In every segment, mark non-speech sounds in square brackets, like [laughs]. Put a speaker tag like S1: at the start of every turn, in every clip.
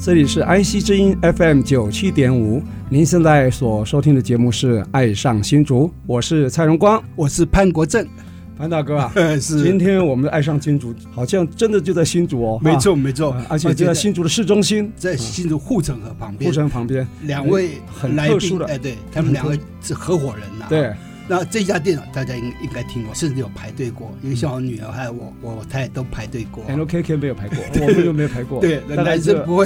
S1: 这里是 IC 之音 FM 九七点五，您现在所收听的节目是《爱上新竹》，我是蔡荣光，
S2: 我是潘国正， [laughs]
S1: 潘大哥啊。今
S2: 是
S1: 天我们的爱上新竹，好像真的就在新竹哦，
S2: 没错没错
S1: 啊，，而且就在新竹的市中心，
S2: 在新竹护城河旁边
S1: 护，城旁边。
S2: 两位
S1: 很
S2: 来
S1: 特殊
S2: 宾
S1: 的
S2: 哎，对他们两个是合伙人呐、，啊
S1: 对，
S2: 那这家店大家应应该听过，甚至有排队过，因为像我女儿还有我我太太都排队过。
S1: NKK 没有排过，哎我们又没有排 [laughs] 过。
S2: 对，
S1: 大概
S2: 男
S1: 是
S2: 生不会，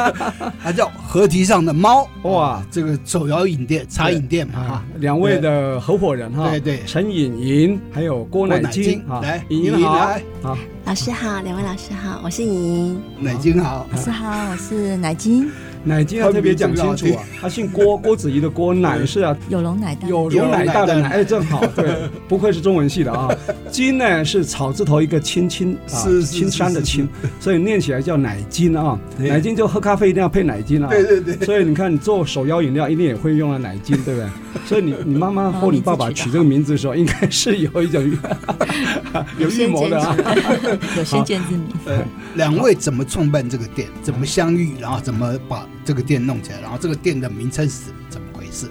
S2: [laughs] 它叫河堤上的猫
S1: 哇，
S2: 这个手摇饮店、茶饮店嘛
S1: 哦啊
S2: 哈，，
S1: 两位的合伙人哈，
S2: 对对
S1: 陈颖莹还有郭乃金
S2: 郭乃金
S1: 啊，
S2: 来
S1: 莹莹
S2: 莹莹
S1: 好
S2: 来
S1: 啊，
S3: 老师好，两位老师好，我是莹莹。
S2: 奶精好，
S1: 啊
S3: 老师好，我是奶金，
S1: 乃金要特别讲清楚
S2: 他名字
S1: 啊，他姓郭，郭子仪的郭，乃是啊，
S4: 有龙奶蛋。
S1: 有
S2: 有
S1: 容乃
S2: 奶
S1: 大的
S2: 蛋
S1: 奶，哎，正好，
S2: [laughs]
S1: 对，不愧是中文系的啊。金呢是草字头一个青青，啊
S2: 是是
S1: 青山的
S2: 是是
S1: 青，所以念起来叫奶金啊。
S2: 对
S1: 奶金就喝咖啡一定要配奶金啊。
S2: 对对对，
S1: 所以你看，你做手摇饮料一定也会用到奶精，对不对？所以你你妈妈或你爸爸
S4: 哦名字取得
S1: 取这个名字的时候，应该是有一 [laughs] 种有预谋的啊。
S4: 有先
S1: [laughs]
S4: 见之明。
S2: 呃，两位怎么创办这个
S1: 啊
S2: 店？怎么相遇？然后怎么把这个店弄起来？然后这个店的名称是怎么回事？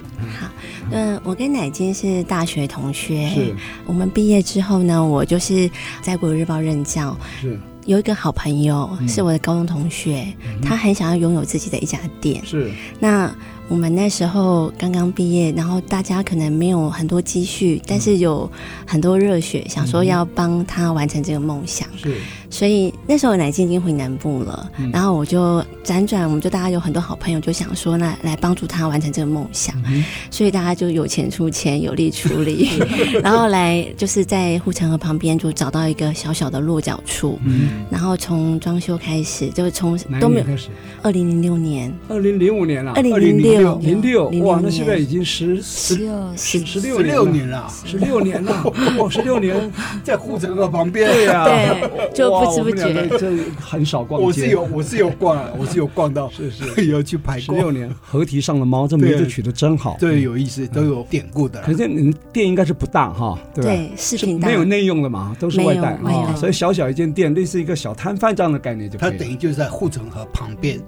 S3: 嗯，我跟奶金是大学同学，
S1: 是
S3: 我们毕业之后呢，我就是在《国语日报》任教，
S1: 是 [laughs]
S3: 有一个好朋友、
S1: 嗯
S3: 是我的高中同学，他很想要拥有自己的一家店。
S1: 是，
S3: 那我们那时候刚刚毕业，然后大家可能没有很多积蓄，但是有很多热血，想
S1: 嗯
S3: 说要帮他完成这个梦想。
S1: 是
S3: 所以那时候奶金已经回南部了，
S1: 嗯
S3: 然后我就辗转，我们就大家有很多好朋友，就想说那来帮助他完成这个梦想，
S1: 嗯
S3: 所以大家就有钱出钱，有力出力，
S1: [laughs]
S3: 然后来就是在护城河旁边就找到一个小小的落脚处，
S1: 嗯，
S3: 然后从装修开始，就是从
S1: 哪
S3: 都
S1: 一
S3: 没
S1: 年
S3: 有
S1: 开始？
S3: 二零零六年，
S1: 二零零五年了，啊
S3: 2006
S1: 零六
S3: 06
S1: 哇，那
S3: 年
S1: 现在已经十十
S4: 六
S1: 十十六
S2: 十六
S1: 年
S2: 年
S1: 了。
S2: 了，
S1: 十六年了，哇，
S2: [laughs]
S1: 十六年，
S2: 在护城河旁边。
S1: 对呀、
S3: 对就
S1: 哇
S3: 不知不觉
S1: 我们两个真的很少逛街。
S2: [laughs] 我是有，我是有逛啊，我是有逛到，
S1: 是是
S2: [laughs] 有去排
S1: 十
S2: 过
S1: 六，年，河堤上的猫，这名字
S2: 对
S1: 取得真好。
S2: 对，，有意思，都有典故的啦
S1: 可。是你们店应该是不大哈，对吧？
S3: 对，视
S1: 是
S3: 频大
S1: 没有内用的嘛，都是外带
S3: 没有外
S1: 啊，
S3: 带
S1: 所以小小一间店，类似一个小摊贩这样的概念就
S2: 它
S1: 可以
S2: 等
S1: 了。
S2: 于就是在护城河旁边，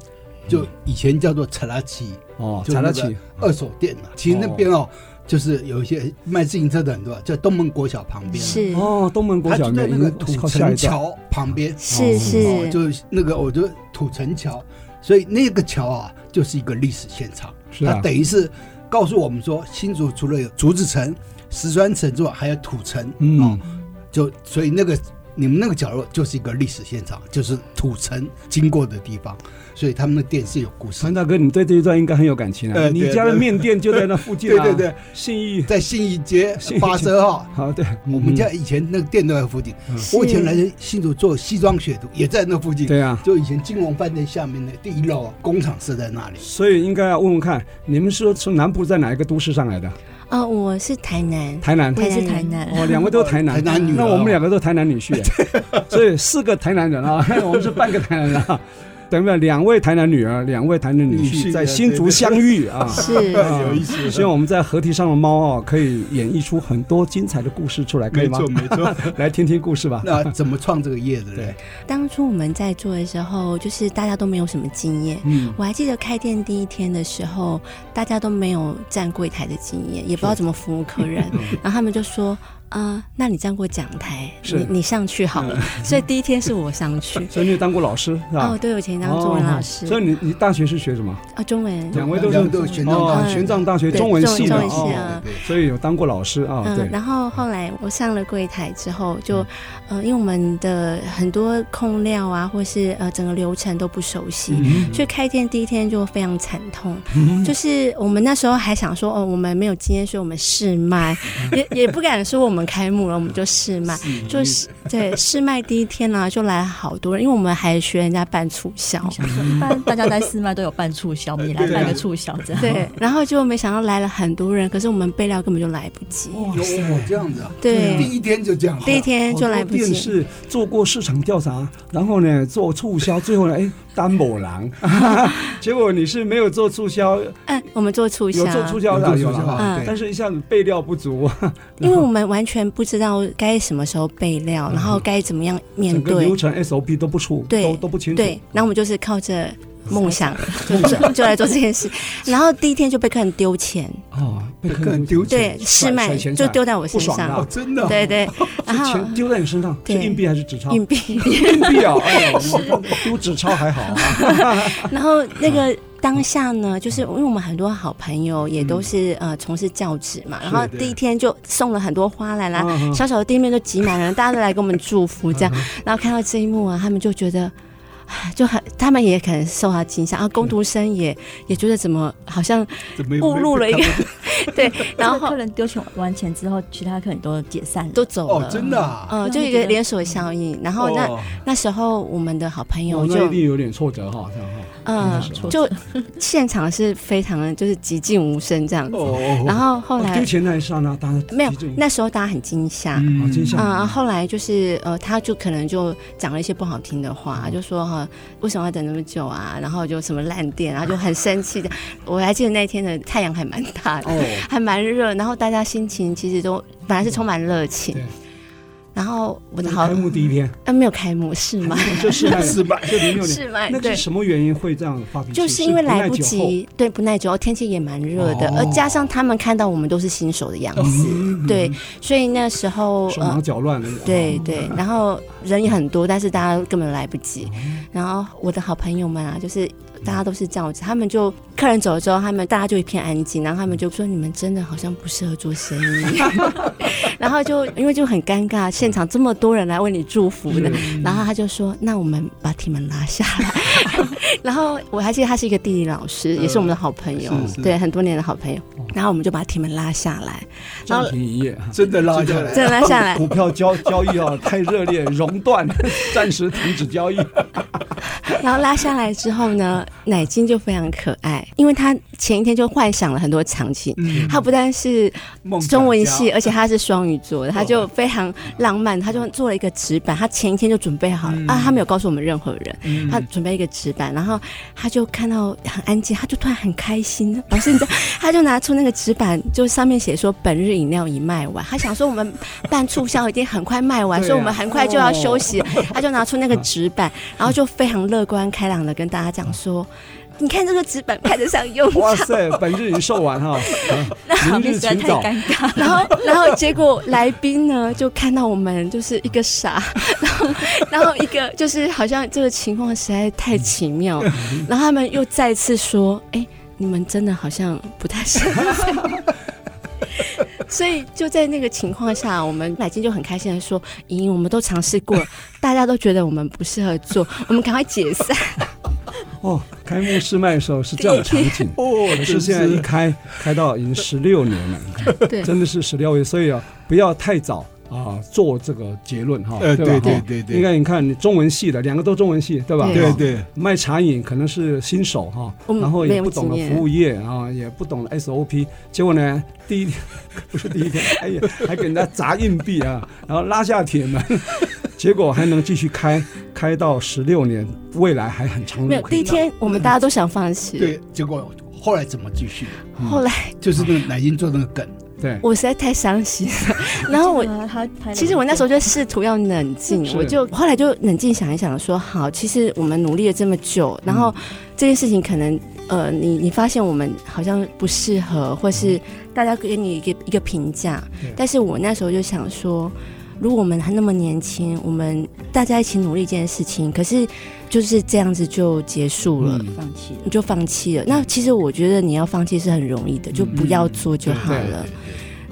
S2: 就以前叫做查拉奇，
S1: 哦，
S2: 就
S1: 查
S2: 那
S1: 拉
S2: 个
S1: 奇，
S2: 二手店嘛。其实那边哦，就是有一些卖自行车的很多，在东门国小旁边。，啊
S3: 是
S1: 哦，东门国
S2: 它
S1: 小
S2: 就在
S1: 面
S2: 那
S1: 应
S2: 个
S1: 该
S2: 土
S1: 靠下一
S2: 城
S1: 段。
S2: 桥旁边，
S3: 是
S2: 哦
S3: 是，
S2: 就是那个我觉得土城桥，所以那个桥啊，就是一个历史现场。
S1: 是
S2: 它
S1: 啊，
S2: 等于是告诉我们说，新竹除了有竹子城、石砖城之外，还有土城。
S1: 嗯
S2: 哦，就所以那个你们那个角落就是一个历史现场，就是土城经过的地方，所以他们的店是有故事
S1: 陈。大哥，你对这一段应该很有感情啊。
S2: 呃
S1: 你
S2: 对
S1: 家的
S2: 对
S1: 面店就在那附近
S2: 对
S1: 啊。
S2: 对，对，
S1: 信义。
S2: 在信义街
S1: 信义街
S2: 八十二号。
S1: 好，对，嗯
S2: 我们家以前那个店都在附近，
S3: 是
S2: 我以前来新竹做西装学徒，也在那附近。
S1: 对啊，
S2: 就以前金融饭店下面的第一楼工厂是在那里。
S1: 所以应该要问问看，你们是从南部在哪一个都市上来的？
S3: 哦，我是台南，
S1: 台南
S4: 我。也是台南，
S1: 哦，两位都台南，
S2: 台南女儿
S1: 那我们两个都台南女
S2: [laughs]
S1: 婿，所以四个台南人啊， [laughs] 我们是半个台南人啊。等一下，两位台南女儿，两位台南女
S2: 女
S1: 婿
S2: 婿啊
S1: 在新竹相遇啊。
S3: [laughs] 是
S1: 有意 [laughs]
S2: 思
S1: 希望我们在河堤上的猫哦，可以演绎出很多精彩的故事出来，可以吗？
S2: 没错。
S1: 来听听故事吧。
S2: [laughs] 那怎么创这个业的呢？
S3: 当初我们在做的时候，就是大家都没有什么经验。
S1: 嗯，
S3: 我还记得开店第一天的时候，大家都没有站柜台的经验，也不知道怎么服务客
S1: [laughs]
S3: 人，然后他们就说。啊、那你站过讲台，
S1: 是。
S3: 你你上去好了。所以第一天是我上去
S1: [laughs] 所以你也当过老师是吧
S3: 哦，？对，我以前当中文老师，
S1: 啊哦所以你你大学是学什么？
S3: 啊、中文，
S1: 两位都是
S2: 两位都是玄奘大
S1: 哦
S2: 学
S1: 玄奘大学
S3: 对
S1: 中文系的
S3: 中文系
S1: 哦，
S3: 啊
S2: 对
S1: 所以有当过老师啊。
S3: 嗯、
S1: 对，
S3: 然后后来我上了柜台之后，就，呃，因为我们的很多控料啊，或是呃整个流程都不熟悉，
S1: 嗯
S3: 所以开店第一天就非常惨痛，就是我们那时候还想说，哦，我们没有经验，所以我们试卖，也也不敢说我们们开幕了，我们就试卖，就是对试卖第一天呢、就来好多人，因为我们还学人家办促销，
S4: 想说一般大家在四卖都有办促销，我们也来办个促销这样。
S3: 对，然后就没想到来了很多人，可是我们备料根本就来不及，
S2: 有我这样子啊，第
S3: 对，
S2: 一天就这样，
S3: 第一天哎就来不
S1: 电
S3: 及。
S1: 视哦做过市场调查，然后呢做促销，最后呢哎单某郎， [laughs] 结果你是没有做促销，
S3: 嗯，我们做促销
S1: 有，做促销啊的有了，
S3: 嗯
S1: 但是一下子备料不足，
S3: 因为我们完全不知道该什么时候备料，然后该怎么样面
S1: 嗯整个
S3: 对
S1: 流，程 SOP 都不出，
S3: 对
S1: 都都不清楚。
S3: 对，然后我们就是靠着梦想，就 [laughs] 就来做这件事。然后第一天就被客人丢钱，
S1: 哦，被
S2: 被客人丢钱
S3: 对，
S1: 甩
S3: 试卖
S1: 甩钱
S3: 就
S1: 甩
S3: 丢在我身
S1: 不爽啊
S3: 上
S2: 哦，，真的，
S3: 对，
S1: [laughs]
S3: 对，然
S1: 是
S3: 后
S1: 钱丢在你身上，是
S3: 对
S1: 硬币还是纸钞？
S3: 硬币，
S1: 硬
S3: [laughs]
S1: 币啊，哎呦，丢纸钞还好啊，
S3: 然后那个。当下呢，就是因为我们很多好朋友也都是、呃从事教职嘛，然后
S1: 嗯对
S3: 第一天就送了很多花来啦，
S1: 嗯嗯
S3: 小小的店面就挤满人，大家都来给我们祝福这样，然后看到这一幕啊，他们就觉得。 [sighs] 唉就很，他们也可能受到惊吓，然后啊工读生也也觉得怎么好像
S2: 怎么
S3: 误入了一个， [laughs] 对，然
S5: [laughs] 这个客
S3: 后
S5: 人丢钱完钱之后，其他客人都解散了。
S3: 都走
S2: 哦
S3: 了，，
S2: 真的，啊，
S3: 嗯，就一个连锁效应。然后那
S2: 哦
S3: 那时候我们的好朋
S1: 我
S3: 友
S1: 嗯哦那
S3: 就
S1: 一定有点挫折哈，这样哈。
S3: 嗯
S1: 那时，候
S3: 就现场是非常就是寂静无声这样子。
S2: 哦，
S3: 然后后
S1: 哦
S3: 来
S1: 丢钱那一刹那，大家
S3: 没有
S1: 急着，
S3: 那时候大家很惊吓，
S1: 好惊吓
S3: 嗯，然后后来就是呃，他就可能就讲了一些不好听的话，
S1: 嗯
S3: 就说哈、为什么要等那么久啊？然后就什么烂店，然后就很生气的。 [laughs] 我还记得那天的太阳还蛮大的，
S1: 哦，
S3: 还蛮热，然后大家心情其实都本来是充满热情
S1: 对。
S3: 然后我的好
S1: 开幕第一 [laughs] 天
S3: 呃没有开幕是
S1: [laughs]
S3: 吗？
S1: 就是
S2: 是吧？
S1: 就零六年，
S3: 是吗？
S1: 那
S3: 对
S1: 是。什么原因会这样发脾气？
S3: 就是因为来不
S1: 耐久
S3: 及，对不耐久，天气也蛮热的，
S1: 哦
S3: 而加上他们看到我们都是新手的样子，嗯对，所以那时候
S1: 后，嗯手
S3: 呃
S1: 忙，脚乱的。
S3: 对
S1: 哦
S3: 对，然后人也很多，但是大家根本来不及。
S1: 嗯
S3: 然后我的好朋友们啊，就是大家都是这样子，他们就客人走了之后，他们大家就一片安静，然后他们就说你们真的好像不适合做生
S1: [laughs]
S3: 意， [laughs] 然后就因为就很尴尬，现场这么多人来为你祝福的，然后他就说那我们把体门拉下
S1: [laughs]
S3: 来， [laughs] 然后我还记得他是一个地理老师，也是我们的好朋友，
S2: 是是
S3: 对，很多年的好朋友，
S1: 哦
S3: 然后我们就把体门拉下来，然后
S1: 暂停营业，
S2: 真的拉下来，
S3: 再拉下
S1: [laughs]
S3: 来，
S1: 股票交交易啊太热烈，熔断， [laughs] 暂时停止交易。
S3: 然后拉下来之后呢，奶金就非常可爱，因为他前一天就幻想了很多场景。
S2: 嗯，
S3: 他不但是
S2: 梦想家哦
S3: 中文系，而且他是双鱼座的，他就非常浪漫，他就做了一个纸板，他前一天就准备好了、
S2: 嗯
S3: 啊，他没有告诉我们任何人，他准备一个纸板，然后他就看到很安静，他就突然很开心，老师你知道， [laughs] 他就拿出那个纸板，就上面写说本日饮料已卖完，他想说我们办促销一定很快卖完，
S1: 对啊
S3: 所以我们很快就要休息，
S2: 哦
S3: 他就拿出那个纸板，然后就非常乐观开朗的跟大家讲说。你看这个纸板派得上用场，
S1: 哇塞，本日已售完哈，啊明日
S5: 实在
S1: 请
S5: 太
S1: 早。
S5: 尴尬了。
S3: [laughs] 然后，然后结果来宾呢就看到我们就是一个傻， [laughs] 然后，然后一个就是好像这个情况实在太奇妙，然后他们又再次说：“哎，你们真的好像不太适合。”所以就在那个情况下，我们奶金就很开心的说：“莹莹，我们都尝试过了，大家都觉得我们不适合做，我们赶快解散。
S1: 哦，开幕试卖的时候是这样的场景，
S2: 哦，
S3: [laughs]
S1: 可是现在一开开到已经十六年了，你看”
S3: 对，
S1: 真的是十六年，所以啊，不要太早。啊，做这个结论哈，
S2: 呃
S1: 对吧
S2: 对
S1: 哈
S2: 对对对
S1: 应该你看，你中文系的两个都中文系，对吧？
S2: 对
S1: 哈
S2: 对，
S1: 卖茶饮可能是新手哈，
S3: 嗯
S1: 然后也不
S3: 没
S1: 懂
S3: 有经
S1: 得
S3: 验
S1: 服务业啊，也不懂得 SOP，结果呢，第一天 [laughs] 不是第一天，哎呀，还给人家砸硬币啊，然后拉下铁门， [laughs] 结果还能继续开，开到十六年，未来还很长
S3: 没
S1: 路
S3: 有
S1: 可
S3: 第一
S1: 以走。
S3: 天我们大家都想放弃，
S2: 对，结果后来怎么继续？
S3: 后来
S2: 就是那个奶金做那个梗，
S1: 对，
S3: 我实在太伤心了，然后我
S5: 他 [laughs] 拍
S3: 其实我那时候就试图要冷静，
S1: 是
S3: 我就后来就冷静想一想说好，其实我们努力了这么久，然后
S1: 嗯
S3: 这件事情可能呃，你你发现我们好像不适合，或是大家给你一个一个评价
S1: 嗯对，
S3: 但是我那时候就想说。如果我们还那么年轻，我们大家一起努力这件事情，可是就是这样子就结束了，
S5: 放弃
S1: 嗯
S5: 了。
S3: 你就放弃了。那其实我觉得你要放弃是很容易的，
S1: 嗯
S3: 就不要做就好了。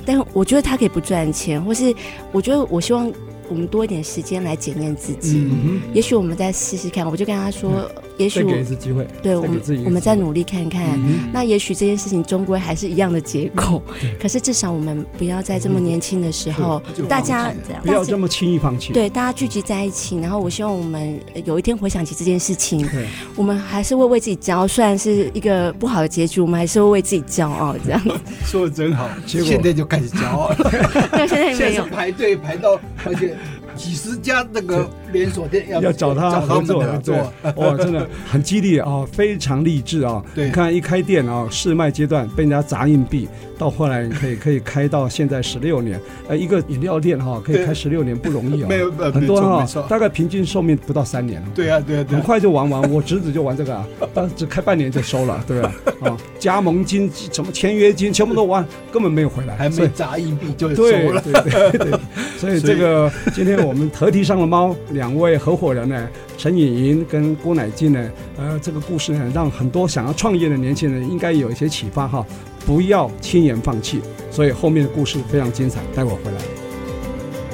S3: 但我觉得他可以不赚钱，或是我觉得我希望我们多一点时间来检验自己。
S1: 嗯哼，
S3: 也许我们再试试看，我就跟他说，也许
S1: 再
S3: 我
S1: 给一次机会，
S3: 对我
S1: 再给
S3: 们
S1: 自己一个
S3: 我们再
S1: 机会
S3: 努力看看。
S1: 嗯
S3: 那也许这件事情终归还是一样的结果
S1: 对，
S3: 可是至少我们不要在这么年轻的时候，
S2: 是就
S3: 大家
S2: 放弃
S5: 这样
S1: 哼，不要这么轻易放弃。
S3: 对大家聚集在一起，然后我希望我们呃有一天回想起这件事情，
S1: 对，
S3: 我们还是会为自己骄傲，虽然是一个不好的结局，我们还是会为自己骄傲。这
S1: [laughs]
S3: 样， [laughs]
S2: 说的真好，
S1: 结果
S2: 现在就开始骄傲了。
S3: 但现在也
S2: 现
S3: [laughs] 没
S2: 在
S3: 有
S2: 是。排队排到，而且几十家那个连锁店要
S1: 要找他
S2: 找他
S1: 合
S2: 们
S1: 作
S2: 的合
S1: 了，对
S2: 作。，
S1: 哇，真的很激励啊、非常励志啊、
S2: 对
S1: 你看一开店啊、试卖阶段被人家砸硬币，到后来你可以可以开到现在十六年，呃，一个饮料店哈、可以开
S2: 对
S1: 十六年不容易啊、
S2: 没有呃
S1: 很多
S2: 没错
S1: 啊、
S2: 没错
S1: 大概平均寿命不到三年啊。
S2: 对啊，对啊，对
S1: 很
S2: 啊，
S1: 快就玩完，我侄子就玩这个啊，但只开半年就收了，对不对？啊，加盟金、什么签约金，全部都玩，根本没有回来，
S2: 还
S1: 所
S2: 没
S1: 以
S2: 砸硬币就
S1: 对
S2: 熟了。
S1: 对对对，
S2: [laughs]
S1: 所以这个今天我们合体上了猫两位合伙人呢，陈颖莹跟郭乃静呢，呃，这个故事呢，让很多想要创业的年轻人应该有一些启发哈，不要轻言放弃。所以后面的故事非常精彩，待会儿回来。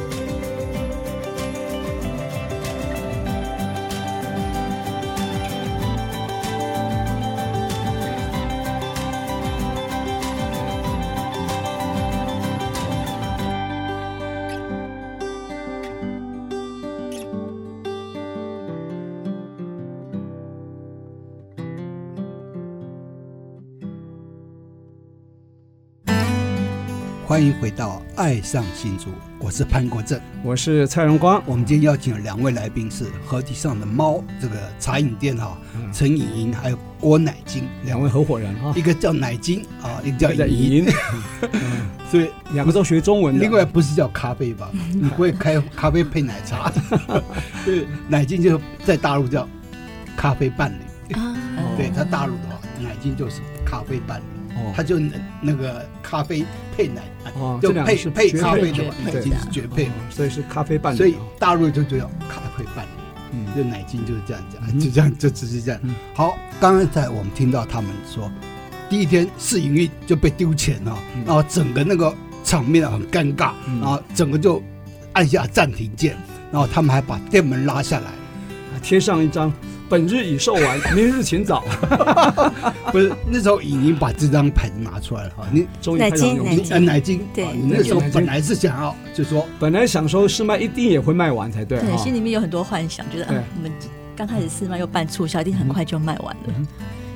S2: 欢迎回到《爱上新竹》，我是潘国正。
S1: 我是蔡荣光，
S2: 我们今天邀请了两位来宾是河堤上的猫这个茶饮店哈、
S1: 嗯
S2: 陈颖莹还有郭乃金
S1: 两
S2: 两
S1: 位
S2: 位，
S1: 合伙人哈，
S2: 一个叫乃金啊，一个叫
S1: 在
S2: 颖莹， [laughs]
S1: 莹，
S2: 所以
S1: 两个都学中文的，
S2: 另外不是叫咖
S1: [laughs]
S2: 啡吧？你会开咖啡配奶茶，对，奶精就在大陆叫咖啡伴侣，
S3: 啊
S1: 哦
S2: 对他大陆的话，奶精就是咖啡伴侣，
S1: 哦
S2: 他就那那个咖啡配奶，
S1: 哦，这
S2: 就
S1: 两个
S2: 配
S1: 是
S2: 配
S1: 绝
S2: 咖啡
S1: 配
S2: 的
S3: 绝
S2: 嘛，
S3: 配
S2: 奶精是绝配
S1: 哦
S2: 嘛，
S1: 所以是咖啡伴侣，
S2: 所以大陆就就叫咖啡伴侣。
S1: 嗯
S2: 就奶精就是这样
S1: 嗯
S2: 讲，就这样，就只是这样
S1: 嗯。
S2: 好，刚刚在我们听到他们说，第一天试营运就被丢钱了
S1: 嗯，
S2: 然后整个那个场面很尴尬，
S1: 嗯
S2: 然后整个就按下暂停键，然后他们还把店门拉下
S1: [laughs]
S2: 来，
S1: 贴上一张“本日已售
S2: [laughs]
S1: 完，明日请早
S2: 不是那时候已经把这张牌拿出来了哈，你”，
S1: 终于派上用
S3: 奶
S1: 场
S3: 精。
S2: 你呃奶精，
S3: 对
S2: 啊你那时候本来是想要就说
S1: 本来想说试卖一定也会卖完才对
S2: 哦
S5: 对，
S1: 哈
S5: 心，里面有很多幻想，觉得
S1: 对
S5: 啊，我们刚开始试卖又办促销，一定很快就卖完
S2: 嗯
S5: 了。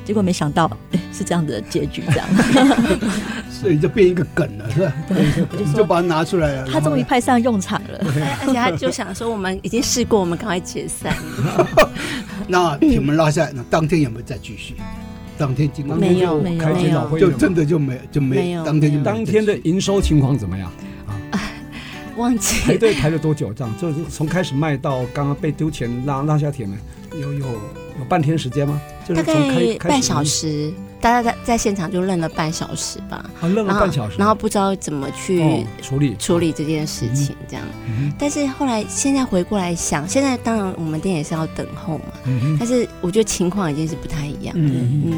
S5: 结果没想到 [laughs] 哎是这样的结局，这样。
S2: 所以就变一个梗了，是吧？
S5: 我就
S2: 你 [laughs] 就
S5: 说
S2: 把嗯它拿出来了，
S5: 他终于派上用场
S1: [laughs]
S5: 了。
S3: 而且他就想说，我们已经试过，我们赶快解散。
S2: 然后那铁门拉下来，那当天有没有再继续？当天经过
S3: 没有
S1: 当天就
S3: 没
S1: 开
S3: 有
S1: 检讨会
S2: 就
S1: 了
S2: 真的就没就
S3: 没
S2: 没
S3: 有
S2: 当天就没
S1: 当天的营收情况怎么
S3: [laughs]
S1: 样？
S3: 忘
S1: 排 [laughs]
S3: 记
S1: 队排了多久？这样就是从开始卖到刚刚被丢钱拉拉下铁门，有有有半天时间吗？就是
S3: 大
S1: 从开
S3: 概
S1: 开
S3: 半
S1: 始
S3: 小时，大家在在现场就愣了半小时吧，
S1: 啊，愣了
S3: 然后
S1: 半小时，
S3: 然后不嗯知道怎么去
S1: 哦处理
S3: 处理这件事情，这样。
S1: 嗯
S3: 但是后来现在回过来想，现在当然我们店也是要等候嘛，
S1: 哼嗯哼
S3: 但是我觉得情况已经是不太一样。
S1: 嗯哼
S3: 嗯，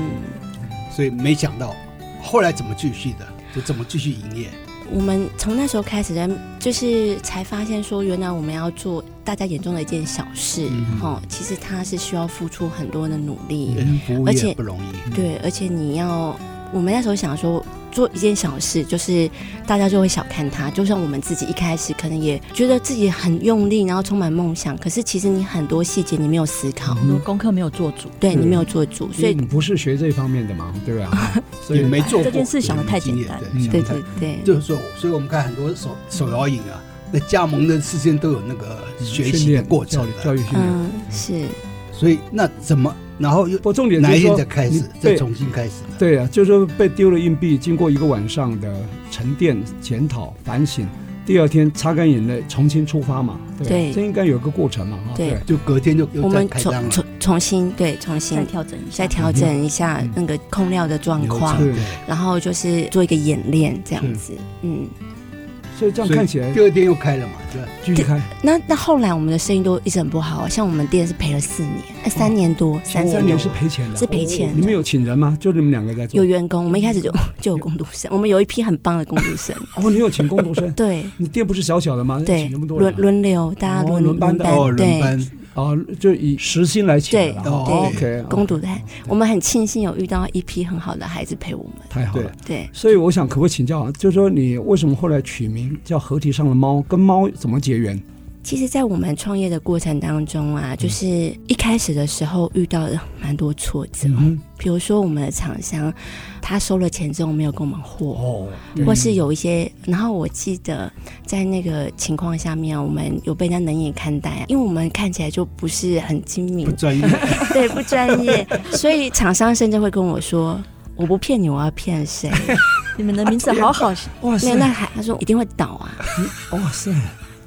S2: 所以没想到后来怎么继续的，就怎么继续营业。
S3: 我们从那时候开始在，就是才发现说，原来我们要做大家眼中的一件小事，
S1: 嗯
S3: 哦，其实它是需要付出很多的努力，
S2: 服务
S3: 而且
S2: 业不容易，
S3: 对，而且你要，我们那时候想说。做一件小事，就是大家就会小看它。就像我们自己一开始可能也觉得自己很用力，然后充满梦想，可是其实你很多细节你没有思考，
S5: 很多功课没有做足，
S3: 对你没有做主，所以
S1: 因为你不是学这方面的嘛，对吧？
S3: [laughs]
S1: 所以
S2: 也没做过
S5: 这件事想得太简单
S2: 也没
S1: 嗯
S2: 经验
S3: 对
S2: 对，想
S3: 对
S2: 得太
S3: 对，
S2: 就是说，所以我们看很多手手摇饮啊，那加盟的事先都有那个学
S1: 训
S2: 习的
S1: 练
S2: 过程
S1: 教育教
S2: 的，
S1: 育训练。
S3: 嗯，是
S2: 所以那怎么，然后又
S1: 不，过重点
S2: 哪
S1: 是
S2: 一天
S1: 说
S2: 再开始
S1: 你，
S2: 再
S1: 对
S2: 重新开始的？
S1: 对啊，就是被丢了硬币，经过一个晚上的沉淀、检讨、反省，第二天擦干眼泪，重新出发嘛。对啊
S3: 对
S1: 这应该有个过程嘛。啊
S3: 对
S2: 就隔天就
S3: 我
S2: 又再
S3: 们
S2: 开张
S3: 重
S2: 了，
S3: 重重新对重
S5: 再
S3: 新
S5: 调整一下
S3: 再。调整一下
S1: 嗯
S3: 那个控料的状
S2: 流
S3: 况
S2: 程，
S1: 是
S2: 对
S3: 然后就是做一个演练这样子，嗯，
S1: 所所以这样
S2: 所以
S1: 看起来
S2: 第二天又开了嘛，对吧？
S1: 继续开，
S3: 那那后来我们的生意都一直很不好，啊像我们店是赔了四年，哎三年多，三四
S1: 三
S3: 年
S1: 哦年是赔钱的，哦
S3: 是赔钱
S1: 你
S3: 的
S1: 们。有请人吗？就你们两个在做嗯
S3: 有？员工，我们一开始就 [laughs] 就有工读生，我们有一批很棒的工读
S1: [laughs]
S3: 生，？
S1: 哦，你有请工读生
S3: 对
S1: 你店不是小小的吗？
S3: 对
S1: 请，那么多人
S3: 轮
S1: 啊，
S3: 轮流，大家
S1: 哦
S3: 轮
S1: 轮班的
S2: 哦，轮
S3: 对
S2: 班
S1: 哦，就以时薪来请的啦。
S3: 对
S1: 哦
S2: 对
S1: OK，
S3: 工
S1: 读
S3: 读的，我们很庆幸有遇到一批很好的孩子陪我们，
S1: 太好了
S2: 对。
S3: 对。
S1: 所以我想，可不可以请教啊？就是说，你为什么后来取名叫《河堤上的猫》？跟猫怎么结缘？
S3: 其实，在我们创业的过程当中
S1: 嗯
S3: 啊，就是一开始的时候遇到了蛮多挫折，
S1: 嗯，
S3: 比如说我们的厂商他收了钱之后没有给我们货，
S1: 哦，
S3: 或是有一些，然后我记得在那个情况下面啊，我们有被人家冷眼看待啊，因为我们看起来就不是很精明
S2: 不，
S3: [laughs]
S2: 专业，
S3: 对，不专业， [laughs] 所以厂商甚至会跟我说。我不骗你，我要骗谁？
S5: 你们的名字
S3: [laughs]
S5: 好好，
S1: [laughs]
S3: 没
S1: 哇
S3: 有，
S1: 塞，
S3: 那还他说一定会倒啊，
S1: 哇塞，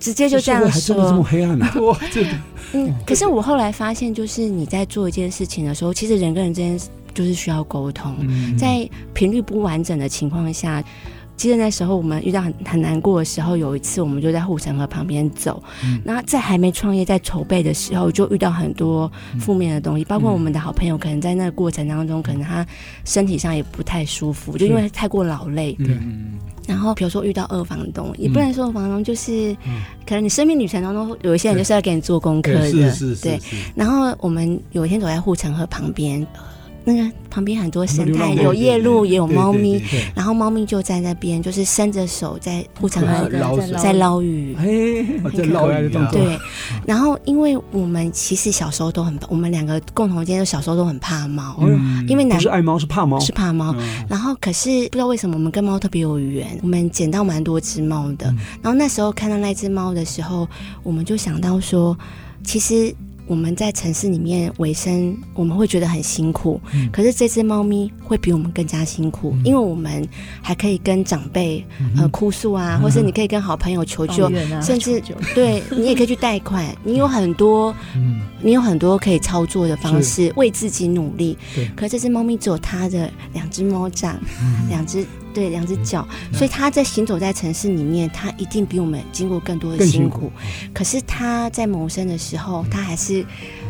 S3: 直接就这样
S1: 社会还真的这
S3: 说。
S1: 么黑暗啊？
S2: [laughs] 哇，这
S3: 嗯，可是我后来发现，就是你在做一件事情的时候，其实人跟人之间就是需要沟通。
S1: 嗯，
S3: 在频率不完整的情况下，其实那时候我们遇到很很难过的时候，有一次我们就在护城河旁边走，
S2: 嗯
S3: 然后在还没创业在筹备的时候，就遇到很多负面的
S2: 嗯
S3: 东西，包括我们的好朋友，可能在那个过程当中，可能他身体上也不太舒
S2: 嗯
S3: 服，就因为太过劳累。
S1: 对，
S3: 然后比如说遇到二房东，也
S2: 嗯
S3: 不能说二房东，就是、可能你生命旅程当中有一些人就是要给你做功课的，
S2: 是是
S3: 对
S2: 是。是，
S3: 然后我们有一天走在护城河旁边，呃那个旁边很多生态，
S1: 很多流浪
S3: 有夜鹭，也有
S2: 对
S3: 猫咪
S2: 对，对对
S3: 然后猫咪就在那边，就是伸着手在护城河
S2: 对 [laughs] 老鼠
S3: 在捞鱼。
S1: 哎，
S2: 哦
S3: 很可
S2: 这老
S1: 可爱的动作
S3: 对，然后因为我们其实小时候都很，我们两个共同之间都小时候都很怕猫，
S1: 嗯
S3: 因为男
S1: 不是爱猫，是怕猫。
S3: 是怕猫。然后可是不知道为什么我们跟猫特别有缘，我们捡到蛮多只猫的。然后那时候看到那只猫的时候，我们就想到说，其实我们在城市里面维生，我们会觉得很辛苦，可是这只猫咪会比我们更加辛苦，因为我们还可以跟长辈呃哭诉啊，或是你可以跟好朋友求救
S5: 抱，怨啊
S3: 甚至
S5: 求救
S3: 对你也可以去贷款，你有很多，
S1: 嗯
S3: 你有很多可以操作的方式，为自己努力
S1: 对。
S3: 可这只猫咪只有它的两只猫掌，两只对两只脚，所以它在行走在城市里面，它一定比我们经过更多的
S1: 更
S3: 辛
S1: 辛
S3: 苦嗯
S1: 苦。
S3: 可是它在谋生的时候，它还是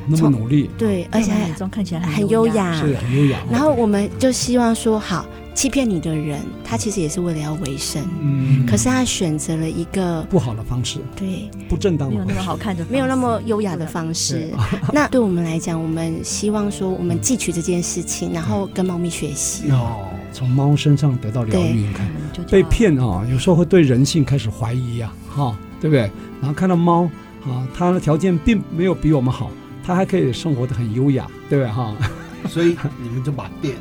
S1: 那么努力，
S3: 对，而且
S5: 在我眼中看起来
S3: 嗯很
S5: 优
S3: 优。雅。
S1: 是很优雅。
S3: 然后我们就希望说，好，欺骗你的人，他其实也是为了要维生，
S1: 嗯
S3: 可是他选择了一个
S1: 不好的方式，
S3: 对
S1: 不正当
S5: 没
S1: 的
S5: 有
S1: 方
S5: 那
S1: 式
S5: 么好看的，
S3: 没有那么优雅的方式。 [laughs] 那对我们来讲，我们希望说，我们汲取这件事情，然后跟猫咪学习。
S1: 哦，从猫身上得到疗
S3: 对
S1: 愈，你看。
S5: 就叫
S1: 被骗啊、有时候会对人性开始怀疑啊，哈、对不对？然后看到猫啊，它的条件并没有比我们好，它还可以生活的很优雅，对不对？哈、
S2: 哦所以你们就把店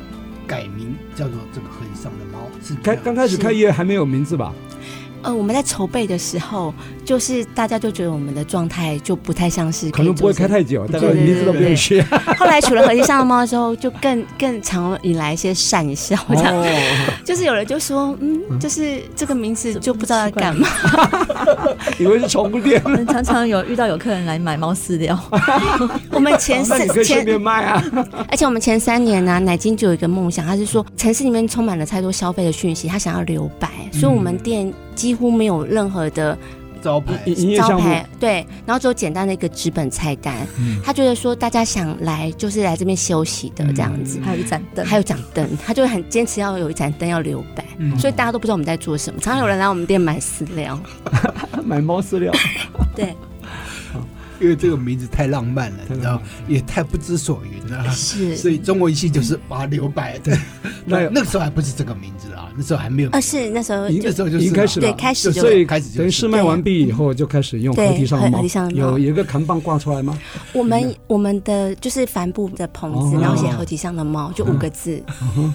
S2: 改名叫做这个河以上的猫，是这
S1: 开
S3: 啊
S2: 样
S1: 刚开始开业还没有名字吧？嗯
S3: 呃，我们在筹备的时候，就是大家就觉得我们的状态就不太像是
S1: 可能不会开
S3: 太。
S1: 太久，大
S3: 对
S1: 概
S3: 对
S1: 名字
S3: 对
S1: 都不用
S3: 对 [laughs]
S1: 学。
S3: 后来除了河堤上的猫之后，就更 [laughs] 更常引来一些善笑，这样
S1: [laughs] 哦， [laughs]
S3: 就是有人就说，嗯，就是这个名字就不知道要干
S1: [laughs]
S3: 嘛。
S1: 以为是宠
S3: [laughs]
S1: 物店，
S5: 我们常常有遇到有客人来买猫饲
S1: [laughs]
S5: 料，
S3: 我们前
S1: 那
S3: 三
S1: 你可以顺
S3: 前，
S1: 便卖啊。
S3: 而且我们前三年呢、奶精就有一个梦想，他是说城市里面充满了太多消费的讯息，他想要留白，
S1: 嗯
S3: 所以我们店几乎没有任何的
S2: 招牌
S1: 营营业
S3: 哎招
S1: 项目，嗯
S3: 牌，对，然后只有简单的一个纸本菜单。他觉得说大家想来就是来这边休息的这样子。
S5: 还有一盏灯，
S3: 还有盏灯，他就很坚持要有一盏灯要留白，
S1: 嗯
S3: 所以大家都不知道我们在做什么。常常有人来我们店买饲料，
S1: 嗯买猫饲
S3: [laughs]
S1: 料，
S3: 对，
S2: 因为这个名字太浪漫了，
S1: 太
S2: 你
S1: 浪漫
S2: 知道，也太不知所云了。啊所
S3: 是，
S2: 以中国一系就是把它留白，对，那
S1: [laughs] 那有
S2: 那个时候还不是这个名字啊，那时候还没有，
S3: 啊是那时候
S2: 那
S3: 就
S2: 时候就是
S1: 已经开始
S3: 对
S1: 了。
S3: 开始就
S2: 就
S1: 所以
S2: 开始就是
S1: 等于试卖完毕以后，就开始用
S3: 对
S1: 合体上的
S3: 合
S1: 猫
S3: 体上的，猫
S1: 有有一个扛棒挂出来吗？
S3: 我们我们的就是帆布的棚子，
S1: 哦嗯
S3: 然后写合体上的猫，就五个字，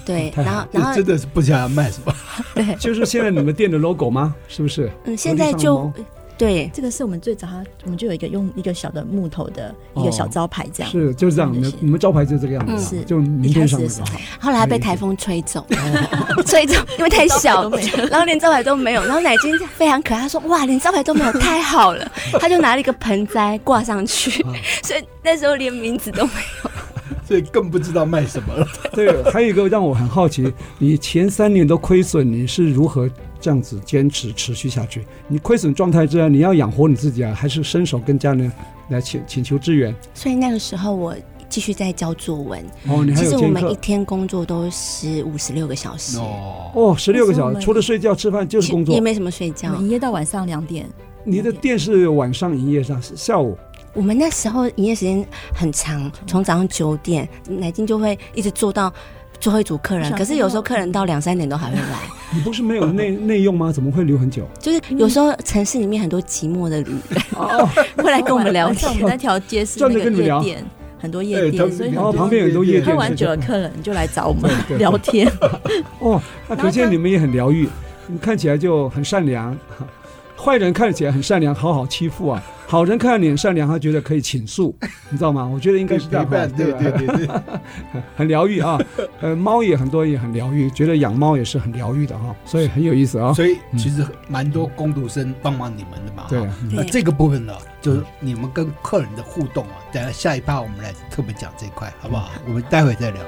S3: 对，
S1: 太好
S3: 然后
S2: 就
S3: 然后
S2: 真的是不想要卖什么，
S3: 对，
S1: 就是现在你们店的 logo 吗？是不是？
S3: 嗯，现在就
S1: 合
S3: 对
S5: 这个是我们最早，我们就有一个用一个小的木头的一个小招牌这样。
S1: 哦是就是这样，
S5: 嗯
S1: 你们
S5: 是
S1: 你们招牌就这个样
S3: 嗯
S1: 子啊，
S5: 是
S1: 就
S5: 一
S1: 明
S5: 开
S1: 天
S5: 始
S1: 上
S5: 的
S1: 的
S5: 时
S1: 招
S5: 候
S1: 牌， [laughs]
S3: 后来他被台风吹走， [laughs] 吹走，因为太小
S5: 招牌都没，有
S3: 然后连招牌都没有。然后奶金非常可爱，他说：“哇，连招牌都没有，太好了！”他就拿了一个盆栽挂上去，所以那时候连名字都没
S2: 所以更不知道卖什么了。
S1: 对，还有一个让我很好奇，你前三年都亏损，你是如何这样子坚持持续下去。你亏损状态之下，你要养活你自己啊，还是伸手跟家人来请请求支援？
S3: 所以那个时候我继续在教作文，
S1: 哦，你还
S3: 其
S1: 有
S3: 实我
S1: 兼
S3: 们一
S1: 课
S3: 天工作都十五十六个小时，
S2: 哦，
S1: 哦，十六个小
S5: 可是我
S1: 时，
S5: 们
S1: 除了睡觉吃饭就是工
S3: 也
S1: 作。
S3: 没什么睡觉
S5: 我。们营业到晚上两点，
S1: 你的店是晚上营业上，是下午
S3: 我们那时候营业时间很长，从早上九点，奶金就会一直做到最后一组客
S5: 我
S3: 人，
S5: 想
S3: 可是
S5: 知
S3: 有时候
S5: 道
S3: 客人到两三点都还会来。
S1: 你不是没有内内用吗？怎么会留很久？
S3: 就是有时候城市里面很多寂寞的旅人
S1: 哦，
S3: 会来跟我们聊
S1: [laughs]
S5: 晚上
S3: 天
S5: 我，们那条街是
S1: 站着
S5: 那个
S1: 跟你
S5: 夜
S1: 聊
S5: 店，很多夜
S1: 对，他
S5: 店，所
S1: 们
S5: 以很
S1: 然后
S5: 多
S1: 旁边很多夜
S5: 看
S1: 店，
S5: 完
S1: 是
S5: 酒
S1: 吧
S5: 的客人就来找我们
S1: [laughs] 对
S5: 聊天，
S1: 哦，那可见你们也很疗愈，你看起来就很善良。 [laughs] 坏人看起来很善良，好好欺负啊；好人看到你很善良，他觉得可以倾诉，你知道吗？我觉得应该是这
S2: 陪
S1: 样吧
S2: 伴，，对
S1: 吧
S2: 对对
S1: [laughs]
S2: 对，
S1: 很疗愈啊。呃，猫也很多，也很疗愈，觉得养猫也是很疗愈的哈、所以很有意思啊。
S2: 所以其实蛮多工读生帮忙你们的嘛，
S1: 对
S2: 哈，
S1: 嗯
S2: 那
S3: 对
S2: 这个部分呢，就是你们跟客人的互动啊，等下下一趴我们来特别讲这一块，好不好？
S1: 嗯
S2: 我们待会再聊。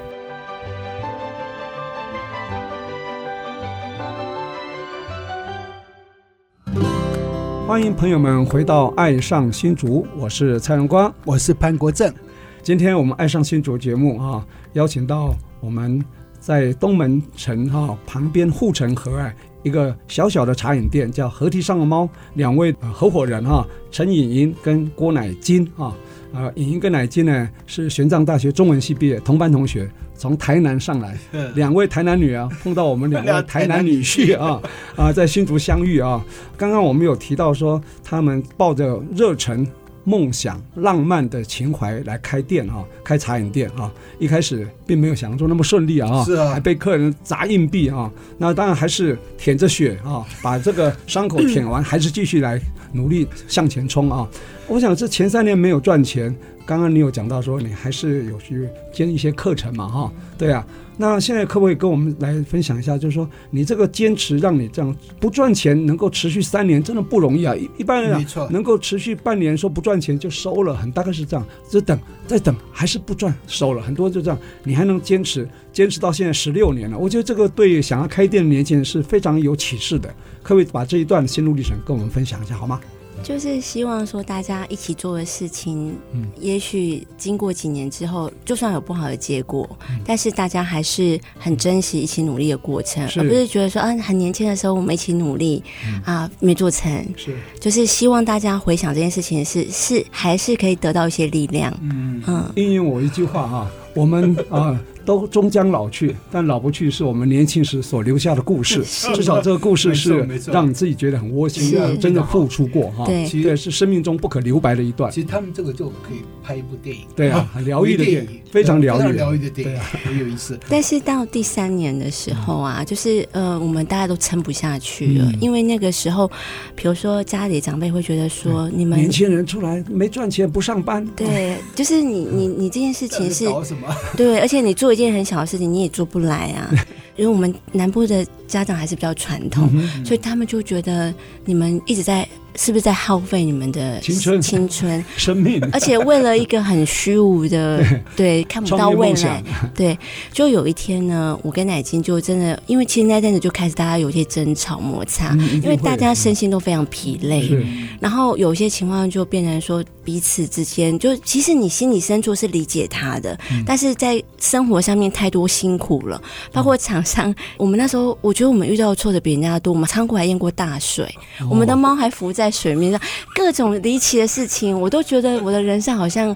S1: 欢迎朋友们回到《爱上新竹》，我是蔡荣光。
S2: 我是潘国正，
S1: 今天我们爱上新竹节目啊，邀请到我们在东门城哈、旁边护城河啊一个小小的茶饮店，叫河堤上的猫，两位呃合伙人哈、陈颖莹跟郭乃金啊。啊，颖莹跟乃金呢是玄奘大学中文系毕业，同班同学，从台南上 [laughs] 来，两位台南女啊碰到我们两位 [laughs]
S2: 两
S1: 台南女婿啊啊，在新竹相遇啊。刚刚我们有提到说，他们抱着热忱、梦想、浪漫的情怀来开店啊，开茶饮店啊。一开始并没有想象中那么顺利啊，
S2: 是啊
S1: 还被客人砸硬币啊。那当然还是舔着血啊，把这个伤口舔完，还是继续来努力向前冲啊。我想这前三年没有赚钱，刚刚你有讲到说你还是有去兼一些课程嘛，哈，对啊。那现在可不可以跟我们来分享一下，就是说你这个坚持让你这样不赚钱能够持续三年，真的不容易啊！一一般人
S2: 没
S1: 啊，
S2: 错，
S1: 能够持续半年说不赚钱就收了，很大概是这样，就等再等还是不赚收了，很多就这样，你还能坚持坚持到现在十六年了，我觉得这个对想要开店的年轻人是非常有启示的。可不可以把这一段心路历程跟我们分享一下好吗？
S3: 就是希望说大家一起做的事情，
S1: 嗯
S3: 也许经过几年之后，就算有不好的结果，
S1: 嗯
S3: 但是大家还是很珍惜一起努力的过程，
S1: 是嗯
S3: 而不是觉得说啊，很年轻的时候我们一起努力、啊没做成，
S1: 是，
S3: 就是希望大家回想这件事情是是还是可以得到一些力量，
S2: 嗯，
S3: 嗯。
S1: 应用我一句话啊， [laughs] 我们啊都终将老去，但老不去是我们年轻时所留下的
S3: [laughs]
S1: 故事。至少这个故事
S2: 没
S1: 是
S2: 错没错
S1: 让你自己觉得很窝心，
S3: 是
S1: 让你真的付出过哈。
S3: 对
S2: 其实
S1: 对，是生命中不可留白的一段。
S2: 其实他们这个就可以拍一部电影，
S1: 对啊，很疗愈的电
S2: 一部
S1: 影，非常疗
S2: 非常
S1: 愈。
S2: 疗愈的电
S1: 对
S2: 影，很有意思。
S3: 但是到第三年的时候啊，就是呃，我们大家都撑不下去了，
S1: 嗯
S3: 因为那个时候，比如说家里长辈会觉得说，你们
S1: 年轻人出来没赚钱不上班，
S3: [laughs] 对，就是你你
S1: 嗯
S3: 你这件事情是
S2: 搞什么？
S3: [laughs] 对，而且你做一件很小的事情，你也做不来啊。
S1: [laughs]
S3: 因为我们南部的家长还是比较传统，
S1: 嗯
S3: 所以他们就觉得你们一直在是不是在耗费你们的
S1: 青春
S3: 青春，[laughs]
S1: 生命
S3: 而且为了一个很虚无
S1: [laughs]
S3: 的对看不到
S1: 创业
S3: 未
S1: 梦
S3: 来
S1: 想，，
S3: 对，就有一天呢，我跟奶金就真的，因为其实那阵子就开始大家有一些争吵摩擦，
S1: 嗯一定
S3: 因为大
S1: 会
S3: 家身心都非常疲累，
S1: 是
S3: 然后有些情况就变成说彼此之间，就其实你心里深处是理解他的，
S1: 嗯
S3: 但是在生活上面太多辛苦了，包括厂商，我们那时候我觉得我们遇到的挫折比人家多，我们仓库还淹过大水，我们的猫还浮在水
S1: 哦
S3: 面上，各种离奇的事情，我都觉得我的人生好像。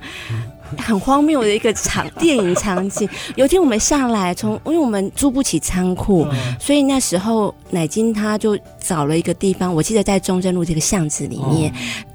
S3: 很荒谬的一个场电影场景。有一天我们下来从，因为我们租不起仓库，
S1: 嗯
S3: 所以那时候奶金他就找了一个地方，我记得在中正路这个巷子里
S1: 哦
S3: 面。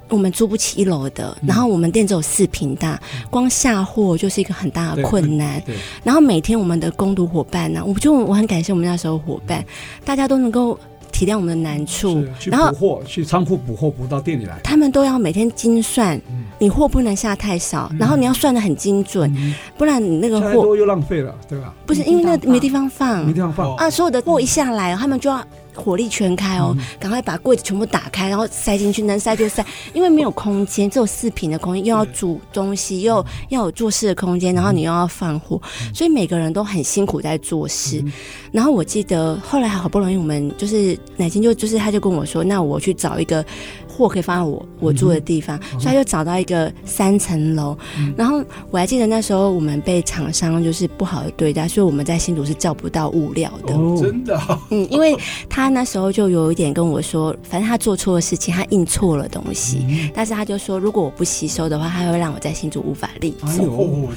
S3: 我们租不起一楼的，
S1: 嗯
S3: 然后我们店只有四平大，光下货就是一个很大的
S1: 对
S3: 困难。
S1: 嗯对嗯
S3: 然后每天我们的攻读伙伴呢、啊我就我很感谢我们那时候伙伴，大家都能够体谅我们的难处
S1: 是，去
S3: 然后
S1: 补货，去仓库补货补到店里来，
S3: 他们都要每天精算，你货不能下太少，然后你要算的很精准，不然你那个
S1: 现在
S3: 货嗯
S1: 多又浪费了，对吧？
S3: 不是
S5: 没地
S3: 因为那
S5: 方放
S3: 没地方放
S1: 没地方放，
S3: 啊，所有的货一下来，他们就要火力全开哦，赶快把柜子全部打开，然后塞进去，能塞就塞，因为没有空间，只有四平的空间，又要煮东西，又要有做事的空间，然后你又要放货，所以每个人都很辛苦在做事。然后我记得后来好不容易，我们就是奶金就就是他就跟我说，那我去找一个货可以放在我我住的地方，所以他就找到一个三层楼。然后我还记得那时候我们被厂商就是不好的对待，所以我们在新竹是叫不到物料的。
S1: 哦，
S2: 真的啊、
S3: 嗯，因为他那时候就有一点跟我说，反正他做错了事情，他印错了东西，
S1: 嗯
S3: 但是他就说，如果我不吸收的话，他会让我在新竹无法立足。
S1: 哎呦，
S2: 哦，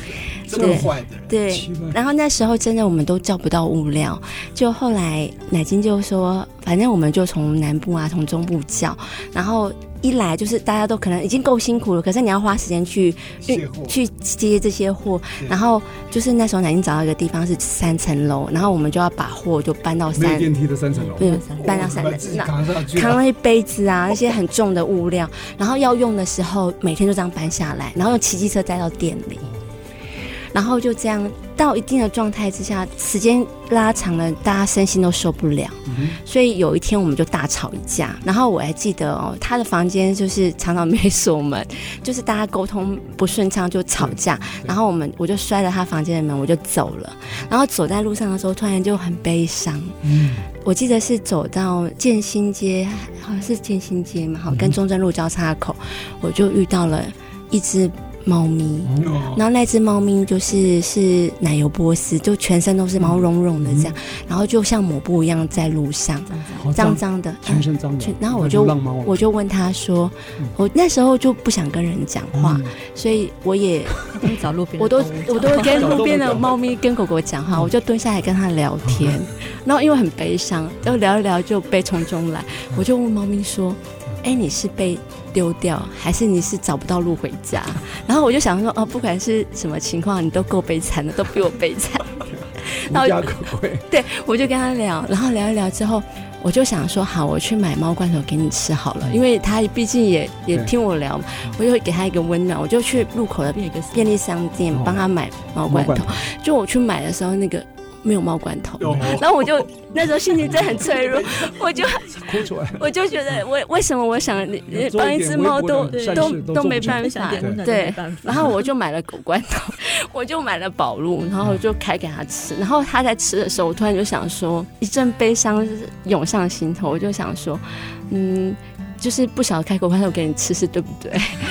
S2: 这么坏的人，
S3: 对
S1: 奇怪，
S3: 然后那时候真的我们都叫不到物料，就后来奶金就说，反正我们就从南部啊，从中部叫，然后一来就是大家都可能已经够辛苦了，可是你要花时间去
S2: 卸货
S3: 去接这些货，
S2: 对
S3: 然后就是那时候奶金找到一个地方是三层楼，然后我们就要把货就搬到
S1: 没
S3: 三
S1: 有，电梯的三层楼，
S3: 嗯，搬到
S2: 哦
S3: 三
S2: 把
S3: 层
S2: 自己
S3: 那
S2: 扛上去啊，
S3: 扛了一杯子啊，那些很重的物料，然后要用的时候，每天就这样搬下来，然后用骑机车带到店里，然后就这样到一定的状态之下，时间拉长了，大家身心都受不了，所以有一天我们就大吵一架。然后我还记得哦，他的房间就是常常没锁门，就是大家沟通不顺畅就吵架，然后我们我就摔了他房间的门，我就走了。然后走在路上的时候，突然就很悲伤。我记得是走到建新街，好像是建新街嘛，好，
S1: 嗯
S3: 跟中正路交叉口，我就遇到了一只猫咪。
S2: 哦
S3: 然后那只猫咪就是是奶油波斯，就全身
S1: 嗯
S3: 都是毛茸茸的这样，然后就像抹布一样在路上，
S1: 好
S3: 脏，脏的。
S1: 哦全身脏
S3: 全
S1: 的。
S3: 然后我就
S1: 浪猫了，
S3: 我就问他说，
S1: 嗯
S3: 我那时候就不想跟人讲话，所以我也
S5: 都会找路边的
S3: 我都
S5: 动物
S3: 我都会跟
S5: [laughs]
S3: 路边的猫咪跟狗狗讲话，我就蹲下来跟它聊天，然后因为很悲伤，然后聊一聊就悲从中来，我就问猫咪说：“哎，你是被丢掉，还是你是找不到路回家？” [laughs] 然后我就想说：“哦，不管是什么情况，你都够悲惨的，都比我悲惨。 [laughs]
S1: 无
S3: 然后
S1: 家可
S3: [laughs]
S1: 归，”
S3: 对，我就跟他聊，然后聊一聊之后。我就想说，好，我去买猫罐头给你吃好了，因为它毕竟也也
S1: 对
S3: 听我聊，我就给它一个温暖，我就去路口的
S5: 边有一个
S3: 便利商店
S1: 哦
S3: 帮他买猫罐
S1: 猫罐
S3: 头
S1: [laughs] 头。
S3: 就我去买的时候，那个没有猫罐头，
S2: 哦
S3: 然后我就那时候心情真的很脆
S1: [laughs]
S3: 弱，我就
S1: 哭出来了。
S3: 我就觉得我为什么我想呃
S1: 有做
S3: 帮
S1: 一
S3: 一
S1: 点
S3: 只猫
S1: 微薄
S3: 都
S1: 的
S5: 对
S1: 善
S3: 都
S1: 事
S3: 都
S1: 做
S3: 没
S1: 不
S3: 办
S1: 成
S3: 法
S5: 想点温暖
S3: 对
S5: 没办 [laughs] 法
S3: 然后我就买了狗罐头， [laughs] 我就买了宝路，然后我就开给他吃。然后他在吃的时候，我突然就想说，一阵悲伤涌上心头，我就想说，嗯。就是不晓得开口罐头给你吃是对不对？ [laughs]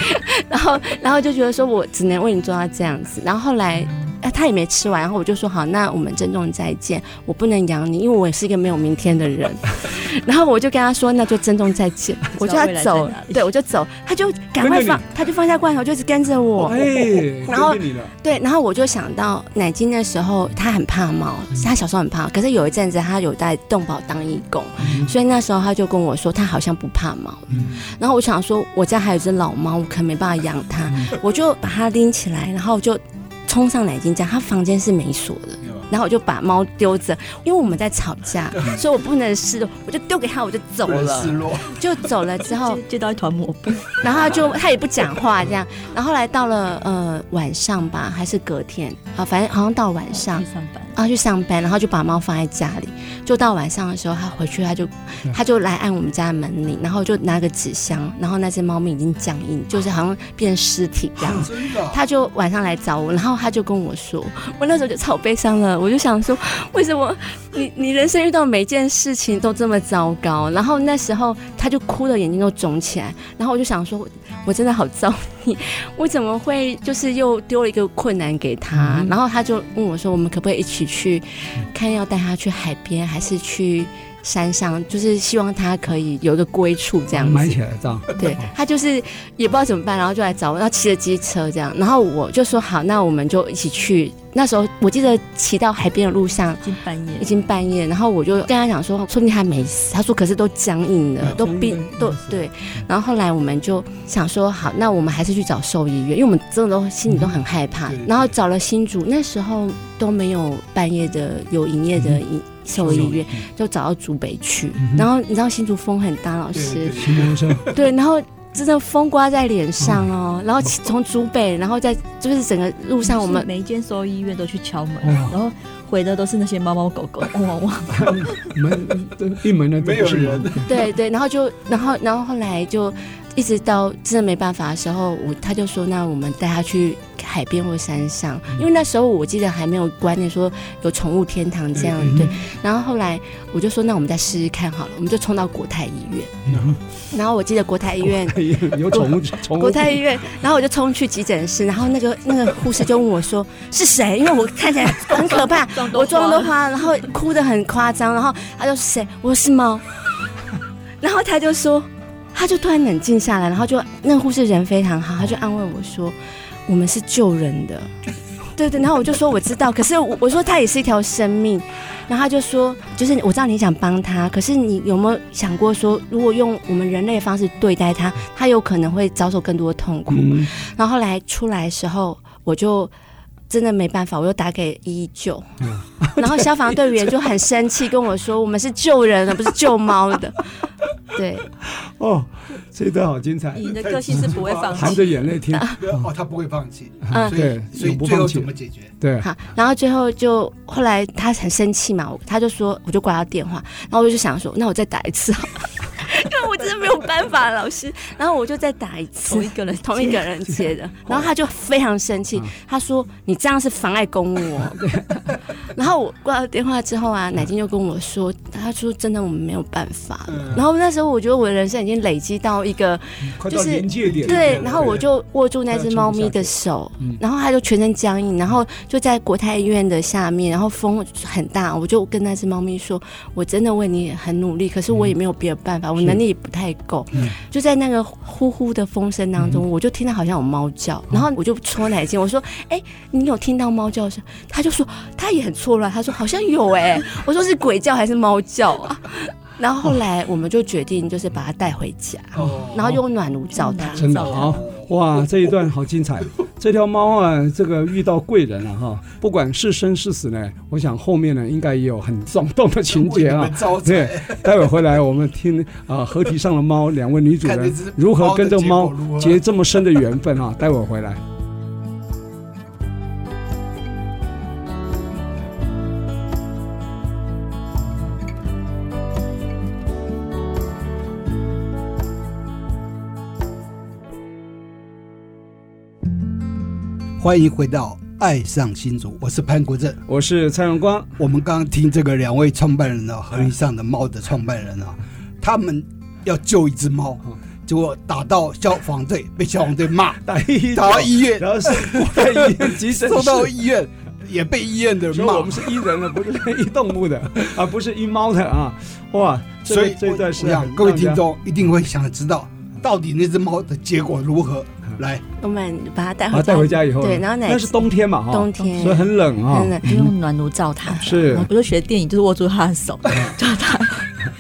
S3: 然后， [laughs] 然后就觉得说我只能为你做到这样子。然后后来，啊，他也没吃完，然后我就说好，那我们珍重再见。我不能养你，因为我也是一个没有明天的人。 [laughs] 然后我就跟他说，那就珍重再见。我就要
S5: 未来在
S3: 走
S5: 哪，里
S3: 对我就走，他就赶快
S1: 跟着
S3: 放
S1: 你，
S3: 他就放下罐头，就一直跟着我。
S1: 哎，
S3: 然后
S1: 跟着你了，
S3: 对，然后我就想到奶金那时候，他很怕猫，他小时候很怕，可是有一阵子他有在动保当义工，所以那时候他就跟我说，他好像不怕猫。然后我想说，我家还有一只老猫，我可能没办法养它，我就把它拎起来，然后就冲上奶金家，他房间是没锁的。然后我就把猫丢着，因为我们在吵架，所以我不能示弱，我就丢给他，我就走
S2: 不能
S3: 了
S2: 示，弱，
S3: 就走了之后
S5: 接，接到一团抹布，
S3: 然后他就他也不讲话这样，然后后来到了呃晚上吧，还是隔天啊，反正好像到晚上
S5: 去，上班，
S3: 啊去上班，然后就把猫放在家里，就到晚上的时候，他回去他就他就来按我们家的门铃，然后就拿个纸箱，然后那只猫咪已经僵硬，就是好像变尸体这样。
S2: 真的啊、
S3: 他就晚上来找我，然后他就跟我说，我那时候就超悲伤了，我就想说，为什么你你人生遇到每件事情都这么糟糕？然后那时候他就哭的眼睛都肿起来，然后我就想说，我我真的好造孽，我怎么会就是又丢了一个困难给他？然后他就问我说，我们可不可以一起去看要带他去海边，还是去山上？就是希望他可以有一个归处这样子。
S1: 埋起来这样，
S2: 哦
S1: [laughs]
S3: 对他就是也不知道怎么办，然后就来找我，然后骑着机车这样，然后我就说好，那我们就一起去。那时候我记得骑到海边的路上
S5: 已经半夜
S3: 已，经半夜，然后我就跟他讲说，说不定他没死，他说可是都僵硬
S2: 嗯
S3: 了，都冰都对。然后后来我们就想说好，那我们还是去找兽医院，因为我们真的都心里都很害怕
S2: 嗯对。对
S3: 然后找了新竹，那时候都没有半夜的有营业
S2: 嗯
S3: 的医兽医院，就找到竹北去。然后你知道新竹风很大，老
S2: 对
S3: 师
S2: 对。
S1: 骑摩托车，
S3: 对，然后真的风刮在脸上哦，然后从竹北，然后在就是整个路上我
S5: 就是
S3: 们
S5: 每一间兽医院都去敲门，
S1: 哇
S5: 然后回的都是那些猫猫 [laughs] 狗狗、汪汪汪。
S1: 门对一门的都不是
S2: 没有人
S1: 门
S3: 对对，然后就然后然后后来就一直到真的没办法的时候，我他就说那我们带他去海边或山上，因为那时候我记得还没有观念说有宠物天堂这样、对。然后后来我就说那我们再试试看好了，我们就冲到国泰医院，然后我记得国泰医院。
S1: 有宠物宠物
S3: 国泰医院，然后我就冲去急诊室，然后那个那个护士就问我说是谁，因为我看起来很可怕，
S5: 撞都
S3: 我妆都
S5: 花了
S3: 花了，然后哭得很夸张，然后他就谁，我说是猫， [laughs] 然后他就说，他就突然冷静下来，然后就那护士人非常好，他就安慰我说，我们是救人的， [laughs] 对对，然后我就说我知道，可是我我说他也是一条生命，然后他就说，就是我知道你想帮他，可是你有没有想过说，如果用我们人类的方式对待他，他有可能会遭受更多的痛苦，
S1: 嗯
S3: 然后后来出来的时候，我就真的没办法，我又打给一一九，然后消防队员就很生气，跟我说：“我们是救人的，不是救猫的。”对，
S1: 哦，这一段好精彩，
S3: 嗯
S5: 你的个性是不会放
S1: 含
S5: 弃
S1: 着。眼泪
S3: 啊
S1: 听，
S2: [laughs] 哦，他不会放弃，
S3: 嗯
S2: 所以
S1: 对
S2: 所以
S1: 永不
S2: 最后
S1: 放弃
S2: 怎么解决？
S1: 对，
S3: 好，然后最后就后来他很生气嘛，我他就说我就挂他电话，然后我就想说，那我再打一次好了， [laughs] 因为我真的没有办法，老师，然后我就再打一次，
S5: 同一个人接
S3: 同一个人接的，然后他就非常生气，他说你这样是妨碍公务哦。 [laughs] 然后我挂了电话之后啊，奶金就跟我说，他说真的我们没有办法了。然后那时候我觉得我的人生已经累积到一个
S1: 快
S3: 就
S1: 到
S3: 是
S1: 临界点了，
S3: 对，然后我就握住那只猫咪的手，然后它就全身僵硬，然后就在国泰医院的下面，然后风很大，我就跟那只猫咪说：“我真的为你很努力，可是我也没有别的办法，我能力也不太够。”就在那个呼呼的风声当中，我就听到好像有猫叫，然后我就戳奶精，我说：“哎、你有听到猫叫声？”他就说：“他也很错乱。”他说：“好像有哎、我说：“是鬼叫还是猫叫啊？”然后后来我们就决定就是把它带回家，
S2: 哦，
S3: 然后用暖炉照它。
S1: 真的好、哇，这一段好精彩！这条猫啊，这个遇到贵人了、哈，不管是生是死呢，我想后面呢应该也有很耸动的情节
S2: 为
S1: 啊
S2: 你们
S1: [laughs]
S2: 招。
S1: 对，待会回来我们听啊，河堤上的猫两位女主
S2: 看这
S1: 人
S2: 只
S1: 如何跟这
S2: 猫
S1: 猫
S2: 的结果如何
S1: 结这么深的缘分啊！待会回来。
S2: 欢迎回到《爱上新竹》，我是潘国正。
S1: 我是蔡荣光，
S2: 我们刚刚听这个两位创办人呢、哦河堤上的猫的创办人
S1: 嗯
S2: 啊，他们要救一只猫，结果打到消防
S1: [laughs]
S2: 队，被消防队骂，
S1: 打一
S2: 打到医院，
S1: 然后是在医院急诊
S2: [laughs] 送到
S1: 室。
S2: 医院，也被医院的人
S1: 所以我
S2: 骂
S1: 们。是医人了，不是医动物的，啊，不是医猫的啊，哇！这
S2: 所以
S1: 这一
S2: 我
S1: 段是
S2: 我想各位听众一定会想知道，到底那只猫的结果如何？
S1: 嗯
S2: 来，
S3: 我们把它带
S1: 啊，
S3: 回
S1: 带回家以后，
S3: 对，然后奶
S1: 那是冬天嘛，哈，
S3: 冬天
S1: 所以很冷啊
S3: 真。的
S5: 就用暖炉照它，
S1: 是嗯
S5: 我就学电影，就是握住他的手，照他，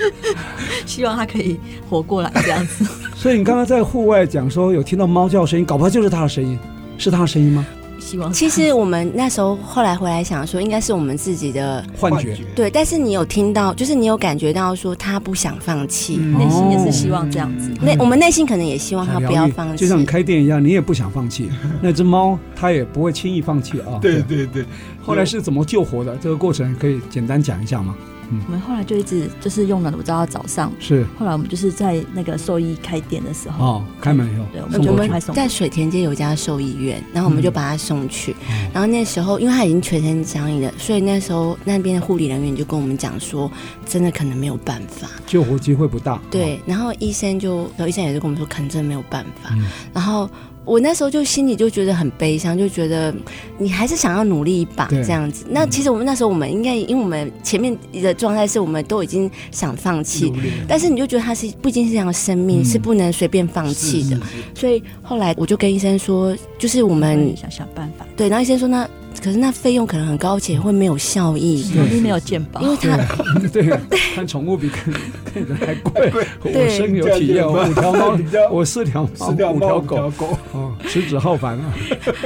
S5: [laughs] 希望他可以活过来这样子。
S1: 所以你刚刚在户外讲说有听到猫叫声音，搞不好就是它的声音，是它的声音吗？
S5: [laughs] 希望
S3: 其实我们那时候后来回来想说，应该是我们自己的
S1: 幻觉，
S3: 对，但是你有听到，就是你有感觉到说他不想放弃，
S5: 内心
S1: 哦
S5: 也是希望这样子。
S3: 那、我们内心可能也希望他
S1: 嗯想
S3: 不
S1: 疗
S3: 要
S1: 愈
S3: 放
S1: 就
S3: 弃
S1: 像。你开店一样，你也不想放
S3: [laughs]
S1: 弃。那只猫它也不会轻易放弃啊。
S2: 对。对对，
S1: 后来是怎么救活的？这个过程可以简单讲一下吗？
S5: 我们后来就一直就是用暖炉照到早上，
S1: 是
S5: 后来我们就是在那个兽医开店的时候，
S1: 哦，开门以后
S5: 对，我
S3: 我
S5: 们
S1: 送
S5: 就
S1: 过
S3: 们
S1: 去
S5: 还送
S3: 在水田街有一家兽医院，然后我
S1: 嗯
S3: 们就把他送去。然后那时候，因为他已经全身僵硬了，所以那时候那边的护理人员就跟我们讲说，真的可能没有办法。
S1: 救活机会不大。
S3: 对，然后医生就，然后医生也是跟我们说，可能真的没有办法。
S1: 嗯
S3: 然后我那时候就心里就觉得很悲伤，就觉得你还是想要努力一把
S1: 对嗯
S3: 这样子。那其实我们那时候我们应该，因为我们前面的状态是我们都已经想放弃，
S1: 哦
S3: 但是你就觉得它是不仅是这样的生命、
S1: 嗯
S3: 是不能随便放弃的。所以后来我就跟医生说，就是我们
S1: 嗯
S5: 想想办法，
S3: 对，然后医生说那可是那费用可能很高，而且会没有效益。
S5: 因为没有健保
S3: 因，为他
S1: 嗯对， [laughs] 看宠物比看看人还贵。我
S3: 对
S1: 深有体验，我五条猫
S2: 比较，
S1: 我 [laughs] 四条猫，五条狗，
S2: 狗，
S1: 哦，食指浩繁啊。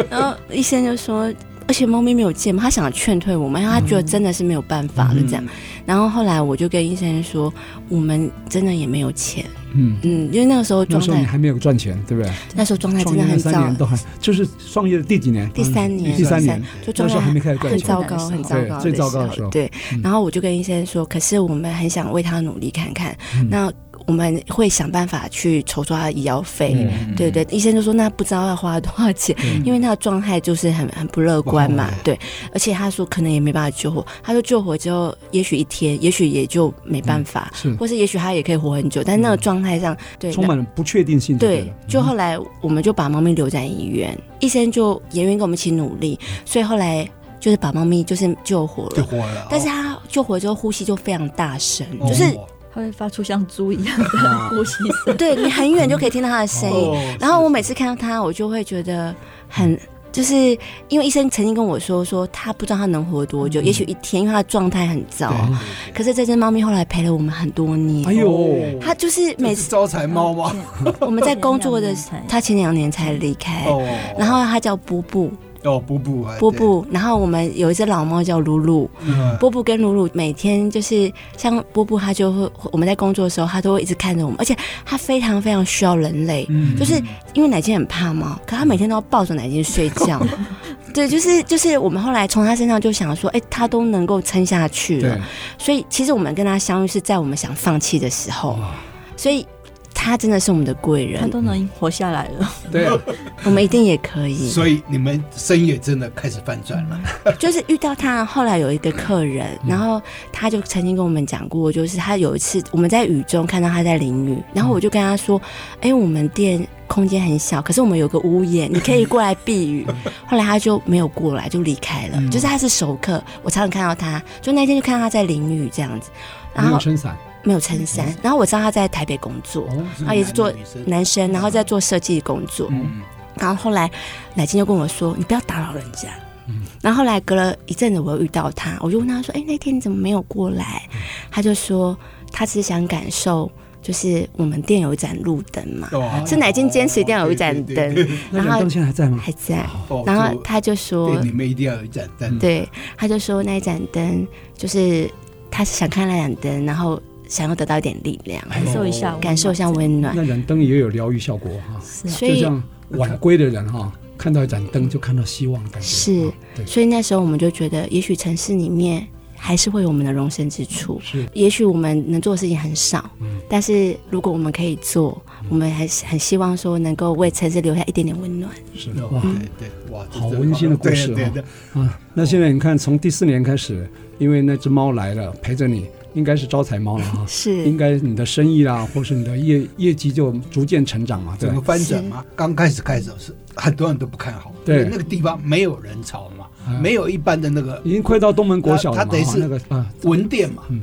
S3: 然后医生就说，而且猫咪没有见嘛，他想劝退我们，因为他
S1: 嗯
S3: 觉得真的是没有办法了这样。然后后来我就跟医生说，我们真的也没有钱，
S1: 嗯，
S3: 嗯，因为那个时候
S1: 那
S3: 状
S1: 时候你
S3: 态，
S1: 还没有赚钱，对不对？
S3: 那时候状态真
S1: 创
S3: 的
S1: 业那
S3: 很
S1: 三年都
S3: 糟，
S1: 还就是创业的第几年？
S3: 第三年，
S1: 第三年，
S3: 就
S1: 那
S3: 状
S1: 时候
S3: 态
S1: 还没开始赚
S3: 很
S1: 钱。
S3: 糟糕，很糟糕，
S1: 对最糟糕的时候嗯
S3: 对，然后我就跟医生说，可是我们很想为他努力看看，
S1: 嗯
S3: 那我们会想办法去筹措他的医药费。
S1: 嗯
S3: 对对，医生就说那不知道要花多少钱，因为他的状态就是很很不乐观嘛
S1: 不好哎。
S3: 对，而且他说可能也没办法救活，他说救活之后，也许一天，也许也就没办法，
S1: 是
S3: 或是也许他也可以活很久，但那个状态上，对，
S1: 充满了不确定性就
S3: 对
S1: 了。，
S3: 就后来我们就把猫咪留在医院，医生就也愿意跟我们一起努力，所以后来就是把猫咪就是救活了。
S2: 就火了。
S3: 但是它救活之后呼吸就非常大声，
S2: 哦
S3: 就是
S2: 哦
S5: 它会发出像猪一样
S1: 哦
S5: 的呼吸声。
S3: 对你很远就可以听到它的声
S2: 哦
S3: 音。哎然后我每次看到它，我就会觉得很。就是因为医生曾经跟我说，说他不知道它能活多
S1: 嗯
S3: 久，也许一天，因为它的状态很糟。可是这只猫咪后来陪了我们很多年，
S1: 哎呦，
S3: 它就是每
S2: 每
S3: 次
S2: 次招财猫吗？
S3: 我们在工作的
S5: 前两年才，
S3: 它前两年
S1: 嗯
S3: 才离开，
S2: 哦，
S3: 然后它叫布布，
S2: 哦，布布啊，
S3: 波布，然后我们有一只老猫叫露露，
S2: 对，嗯
S3: 波布跟露露每天就是像波布，它就会我们在工作的时候，它都会一直看着我们，而且它非常非常需要人类，
S2: 嗯
S3: 就是因为奶金很怕猫，可它每天都要抱着奶金睡觉。对，就是就是我们后来从它身上就想说，哎、它都能够撑下去了
S1: 对，，
S3: 所以其实我们跟它相遇是在我们想放弃的时候，所以它真的是我们的贵
S5: 它
S3: 人，
S5: 都能活下来了。
S1: 对啊，
S3: 我们一定也可以。
S2: 所以你们生意也真的开始翻转了。
S3: 就是遇到他，后来有一个客人，然后他就曾经跟我们讲过，就是他有一次我们在雨中看到他在淋雨，然后我就跟他说：“哎、我们店空间很小，可是我们有个屋檐，你可以过来避雨。” [laughs] 后来他就没有过来，就离开了。就是他是熟客，我常常看到他，就那天就看到他在淋雨这样子，然
S1: 没有
S3: 后
S1: 撑伞，
S3: 没有撑伞，然后我知道他在台北工作，他啊也是做
S2: 男的女生
S3: 男生，然后在做设计工作。
S2: 嗯
S3: 然后后来奶金就跟我说：“你不要打扰人家。”
S2: 嗯
S3: 然后后来隔了一阵子，我又遇到他，我就问他说：“哎，那天你怎么没有过来？”
S2: 嗯
S3: 他就说：“他只想感受，就是我们店有一盏路灯嘛，
S2: 哦
S3: 是奶金坚持一定要有一盏
S2: 对 [laughs] 对对
S3: 灯，
S1: 那
S3: 然
S1: 两
S3: 后
S1: 灯现在还在吗？
S3: 还在。
S2: 哦
S3: 然后
S2: 就
S3: 他就说
S2: 对，你们一定要有一盏灯。
S3: 对，他就说那一盏灯就是他想看那盏灯，然后想要得到一点力量，
S2: 哎
S5: 感受一下，
S3: 感受一下温暖。
S1: 那盏灯也有疗愈效果哈，
S2: 嗯
S5: 是啊
S3: 所
S1: 就
S3: 以
S1: 像晚归的人哈，看到一盏灯就看到希望的感觉。
S3: 是
S1: 啊对，
S3: 所以那时候我们就觉得，也许城市里面还是会有我们的容身之处。
S1: 是，
S3: 也许我们能做的事情很少，
S2: 嗯
S3: 但是如果我们可以做，我们还是很希望说能够为城市留下一点点温暖。。
S1: 是
S2: 哦
S1: 哇
S2: 对对，哇，
S1: 好温馨的故事哦
S2: 对对对，
S1: 啊！那现在你看，从第四年开始，因为那只猫来了，陪着你，应该是招财猫了哈
S3: 是
S1: 应，该你的生意啦，或是你的业业绩就逐渐成长嘛，对吧
S2: 整个翻转嘛，刚开始开始是很多人都不看好，
S1: 对
S2: 因为那个地方没有人潮嘛
S1: 嗯，
S2: 没有一般的那个
S1: 已经快到东门国小了嘛，
S2: 他他等于
S1: 哈
S2: 是
S1: 那个啊，
S2: 文店嘛
S1: 嗯，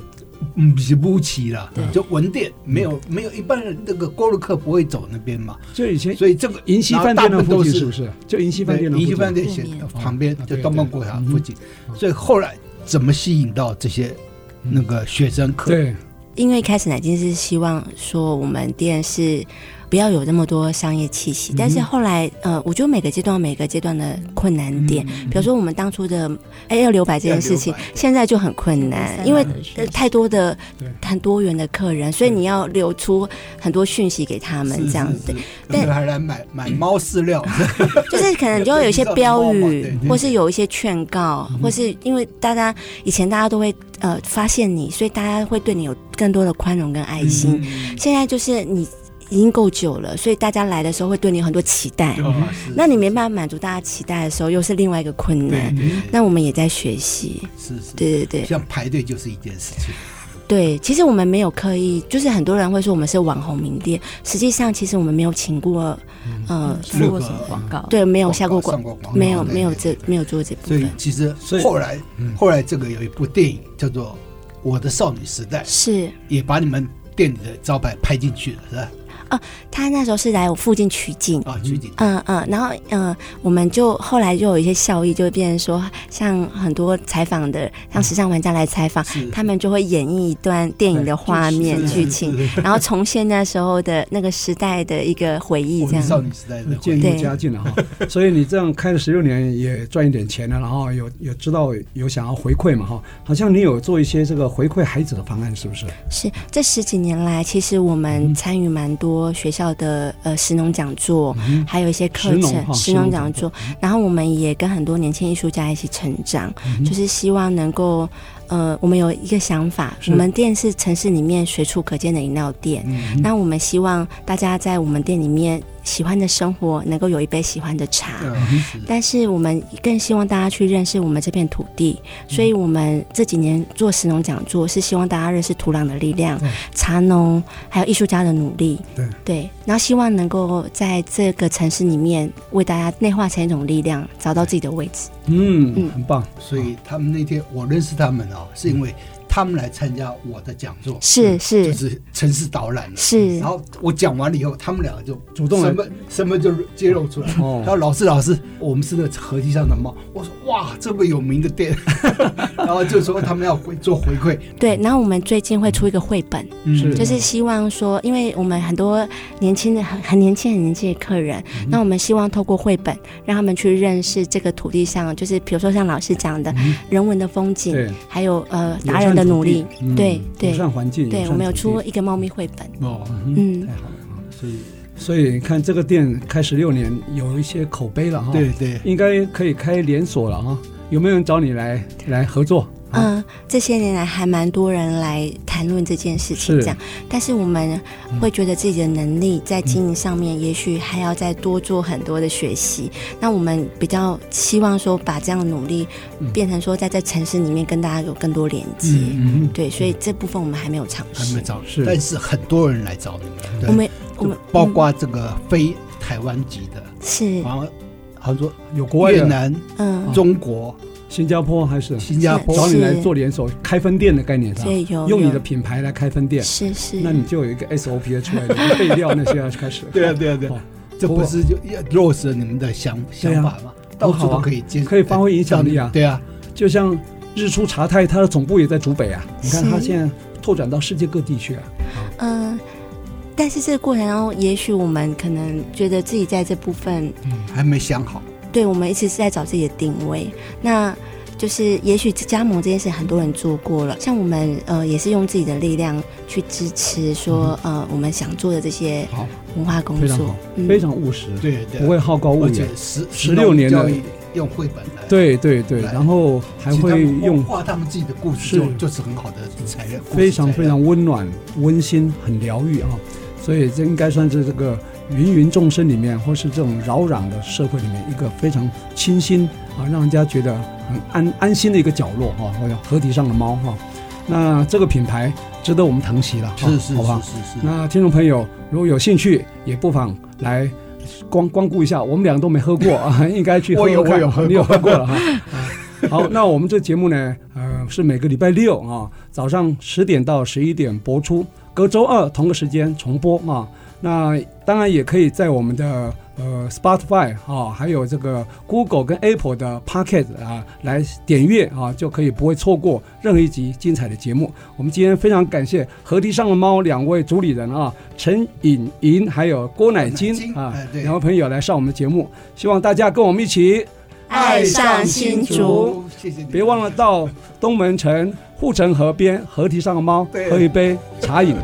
S2: 嗯，不是不齐了，就文店
S3: 嗯
S2: 没有没有一般人那个过路客不会走那边嘛，
S1: 就以前
S2: 所以这个
S1: 银溪饭店的附近是不
S2: 是？
S1: 是？就银溪饭
S2: 对
S1: 店的附
S2: 银
S1: 近
S2: 溪饭店
S5: 对
S2: 写
S5: 面
S2: 旁边
S1: 哦
S2: 就
S1: 对
S2: 东门
S1: 对
S2: 国小
S1: 嗯嗯
S2: 附近，所以后来怎么吸引到这些那个学生客？
S1: 对，
S3: 因为一开始奶金是希望说我们店是。不要有那么多商业气
S2: 嗯
S3: 息，但是后来，呃，我觉得每个阶段有每个阶段的困难点，比如说我们当初的哎要留白这件事情
S2: 嗯要留白，
S3: 现在就很困难，因为呃太多的
S1: 对
S3: 很多元的客人，所以你要留出很多讯息给他们，
S2: 是
S3: 这样
S2: 是
S3: 子
S2: 是
S3: 但
S2: 有的还来买买猫
S3: [laughs]
S2: 饲料，
S3: 就是可能就会有一些标
S2: 对对嗯
S3: 语
S2: 对，对
S3: 或是有一些劝告，或是因为大家以前大家都会呃发现你，所以大家会对你有更多的宽容跟爱
S2: 嗯
S3: 心。现在就是你已经够久了，所以大家来的时候会对你有很多期待。
S2: 哦是
S3: 那你没办法满足大家期待的时候，又是另外一个困
S2: 对
S3: 难。
S2: 对对
S3: 那我们也在学习，
S2: 是是，
S3: 对对对
S2: 像排队就是一件事情，
S3: 对。其实我们没有刻意，就是很多人会说我们是网红名店，实际上其实我们没有请过，呃，
S5: 出过什么广告？
S3: 对，没有下过
S2: 广
S3: 广
S2: 告嗯哦上过广，告
S3: 没有
S2: 对
S3: 没有
S2: 对
S3: 这没有做这部
S2: 所以嗯
S3: 分。
S2: 其实后来后来这个有一部电影叫做《我的少女时代》，
S3: 是
S2: 也把你们店里的招牌拍进去了，是吧？
S3: 哦，他那时候是来我附近取景，
S2: 啊，取景
S3: 嗯嗯，然后嗯，我们就后来就有一些效益，就变成说，像很多采访的，像时尚玩家来采访，
S2: 是
S3: 他们就会演绎一段电影的画面
S2: 是是
S3: 剧
S2: 是
S3: 情，
S2: 是是
S3: 然后重现那时候的那个时代的一个回忆，
S2: 我
S3: 这
S2: 们少
S3: 样。
S2: 女时代的
S1: 渐
S2: 建
S1: 入
S3: 对
S1: 佳境了哈。所以你这样开了十六年，也赚一点钱了，然后有有知道有想要回馈嘛哈？好像你有做一些这个回馈孩子的方案，是不是？
S3: 是这十几年来，其实我
S1: 嗯
S3: 们参与蛮多学校的呃实农讲座，还有一些课
S1: 食嗯农哈
S3: 程
S1: 食
S3: 实
S1: 农
S3: 农
S1: 讲
S3: 讲
S1: 嗯
S3: 座，然后我们也跟很多年轻艺术家一起成长，
S1: 嗯
S3: 就是希望能够。呃，我们有一个想法，
S1: 是
S3: 我们店是城市里面随处可见的饮料店。
S1: 嗯
S3: 那我们希望大家在我们店里面喜欢的生活，能够有一杯喜欢的茶。
S2: 啊
S3: 但是我们更希望大家去认识我们这片土地，所以我们这几年做石农讲座，是希望大家认识土壤的力量、茶农，还有艺术家的努力。
S1: 对
S3: 然后希望能够在这个城市里面为大家内化成一种力量，找到自己的位置。
S1: 嗯，
S3: 嗯
S1: 很棒。
S2: 所以他们那天我认识他们啊，是因为他们来参加我的讲座，
S3: 是
S2: 就是是城市导览了。
S3: 是
S2: 然，后我讲完了以后，他们两个就
S1: 主动来
S2: 什么什么就揭露出来。
S1: 哦
S2: 然后老师老师，我们是那个河堤上的猫。我说哇，这么有名的店， [laughs] 然后就说他们要回做回馈，
S3: 对。然后我们最近会出一个绘本，
S1: 嗯是
S3: 就是希望说，因为我们很多年轻的、很很年轻、很年轻的客人，
S1: 嗯
S3: 那我们希望透过绘本，让他们去认识这个土地上，就是比如说像老师讲的人文的风景
S1: 嗯对，
S3: 还有呃
S1: 友
S3: 达
S1: 善
S3: 人的
S1: 土
S3: 努
S1: 地
S3: 力，
S1: 嗯
S3: 对对
S1: 友善环境，友
S3: 对，
S1: 善
S3: 我们有
S1: 土地
S3: 出一个猫咪绘本，
S2: 哦，
S3: 嗯
S1: 太，好了啊！
S2: 所以
S1: 所以你看这个店开十六年，有一些口碑了哈。
S2: 对，对，
S1: 应该可以开连锁了啊！有没有人找你来来合作？啊，
S3: 嗯，这些年来还蛮多人来谈论这件事情，
S1: 是嗯
S3: 这样。但是我们会觉得自己的能力在经营上面，也许还要再多做很多的学习。那我们比较希望说，把这样的努力变成说，在这城市里面跟大家有更多连接。
S1: 嗯，
S3: 对，所以这部分我们还没有尝
S2: 还没
S3: 试。
S2: 找
S1: 是
S2: 但是很多人来找你们，对
S3: 我们我
S2: 就
S3: 们
S2: 包
S3: 嗯
S2: 括这个非台湾籍的，
S3: 是
S2: 然后好像说
S1: 有国外
S2: 越
S1: 的，
S2: 南、
S1: 啊
S3: 嗯，
S2: 中国、
S1: 新加坡还是 [laughs]
S2: 新加坡。
S3: 是
S1: 找你来
S3: 是
S1: 做连锁开分店的概念是吧
S3: 所？以有
S1: 用你
S3: 有
S1: 的品牌来开分店，
S3: 是是
S1: 那你就有一个 SOP 的出来，你的备料那些要开始
S2: 对啊，对啊，对
S1: 哦
S2: 啊，这不是就也落实了你们的想
S1: 对啊
S2: 想法吗？到处都可以接，
S1: 可以发挥影响力啊
S2: 对啊，
S1: 就像日出茶太，它的总部也在竹北啊，你看
S3: 是
S1: 它现在拓展到世界各地去啊。
S3: 嗯。但是这个过程当中，也许我们可能觉得自己在这部分
S2: 还没想好，
S3: 对，我们一直是在找自己的定位。那就是，也许加盟这件事很多人做过了，像我们呃也是用自己的力量去支持说、呃我们想做的这些
S1: 嗯好
S3: 文化工
S1: 非常
S3: 作嗯
S1: 好，，非常务实，
S2: 嗯对对啊，
S1: 不会好高骛
S2: 而
S1: 远
S2: 且。十
S1: 16年的
S2: 教育用绘本来，
S1: 对对对，
S2: 来
S1: 然后还
S2: 其实他
S1: 会
S2: 们
S1: 用
S2: 画他们自己的故
S1: 是
S2: 事，就就是很好的材料，故事
S1: 非常
S2: 材
S1: 非
S2: 料
S1: 常温暖、温馨、很疗愈啊。所以这应该算是这个芸芸众生里面，或是这种扰攘的社会里面一个非常清新啊，让人家觉得很安安心的一个角落哈、或者河堤上的猫哈、那这个品牌值得我们疼惜了，哈
S2: 是是
S1: 好不好
S2: 是？是是，
S1: 那听众朋友如果有兴趣，也不妨来光光顾一下。我们俩都没喝过
S2: [laughs]
S1: 啊，应该去喝
S2: 我有
S1: 喝看
S2: 我有喝过
S1: 你有喝过
S2: [laughs]
S1: 了哈。啊好，那我们这节目呢，呃，是每个礼拜六啊，早上十点到十一点播出，隔周二同个时间重播啊。那当然也可以在我们的呃 Spotify 啊，还有这个 Google 跟 Apple 的 Pocket 啊来点阅啊，就可以不会错过任何一集精彩的节目。我们今天非常感谢河堤上的猫两位主理人啊，陈颖莹还有郭乃金
S2: 郭乃金
S1: 啊
S2: 哎，对
S1: 两位朋友来上我们的节目，希望大家跟我们一起。
S3: 爱上新竹，
S2: 谢谢你，
S1: 别忘了到东门城护城河边河堤上的猫
S2: 对
S1: 喝一杯茶饮。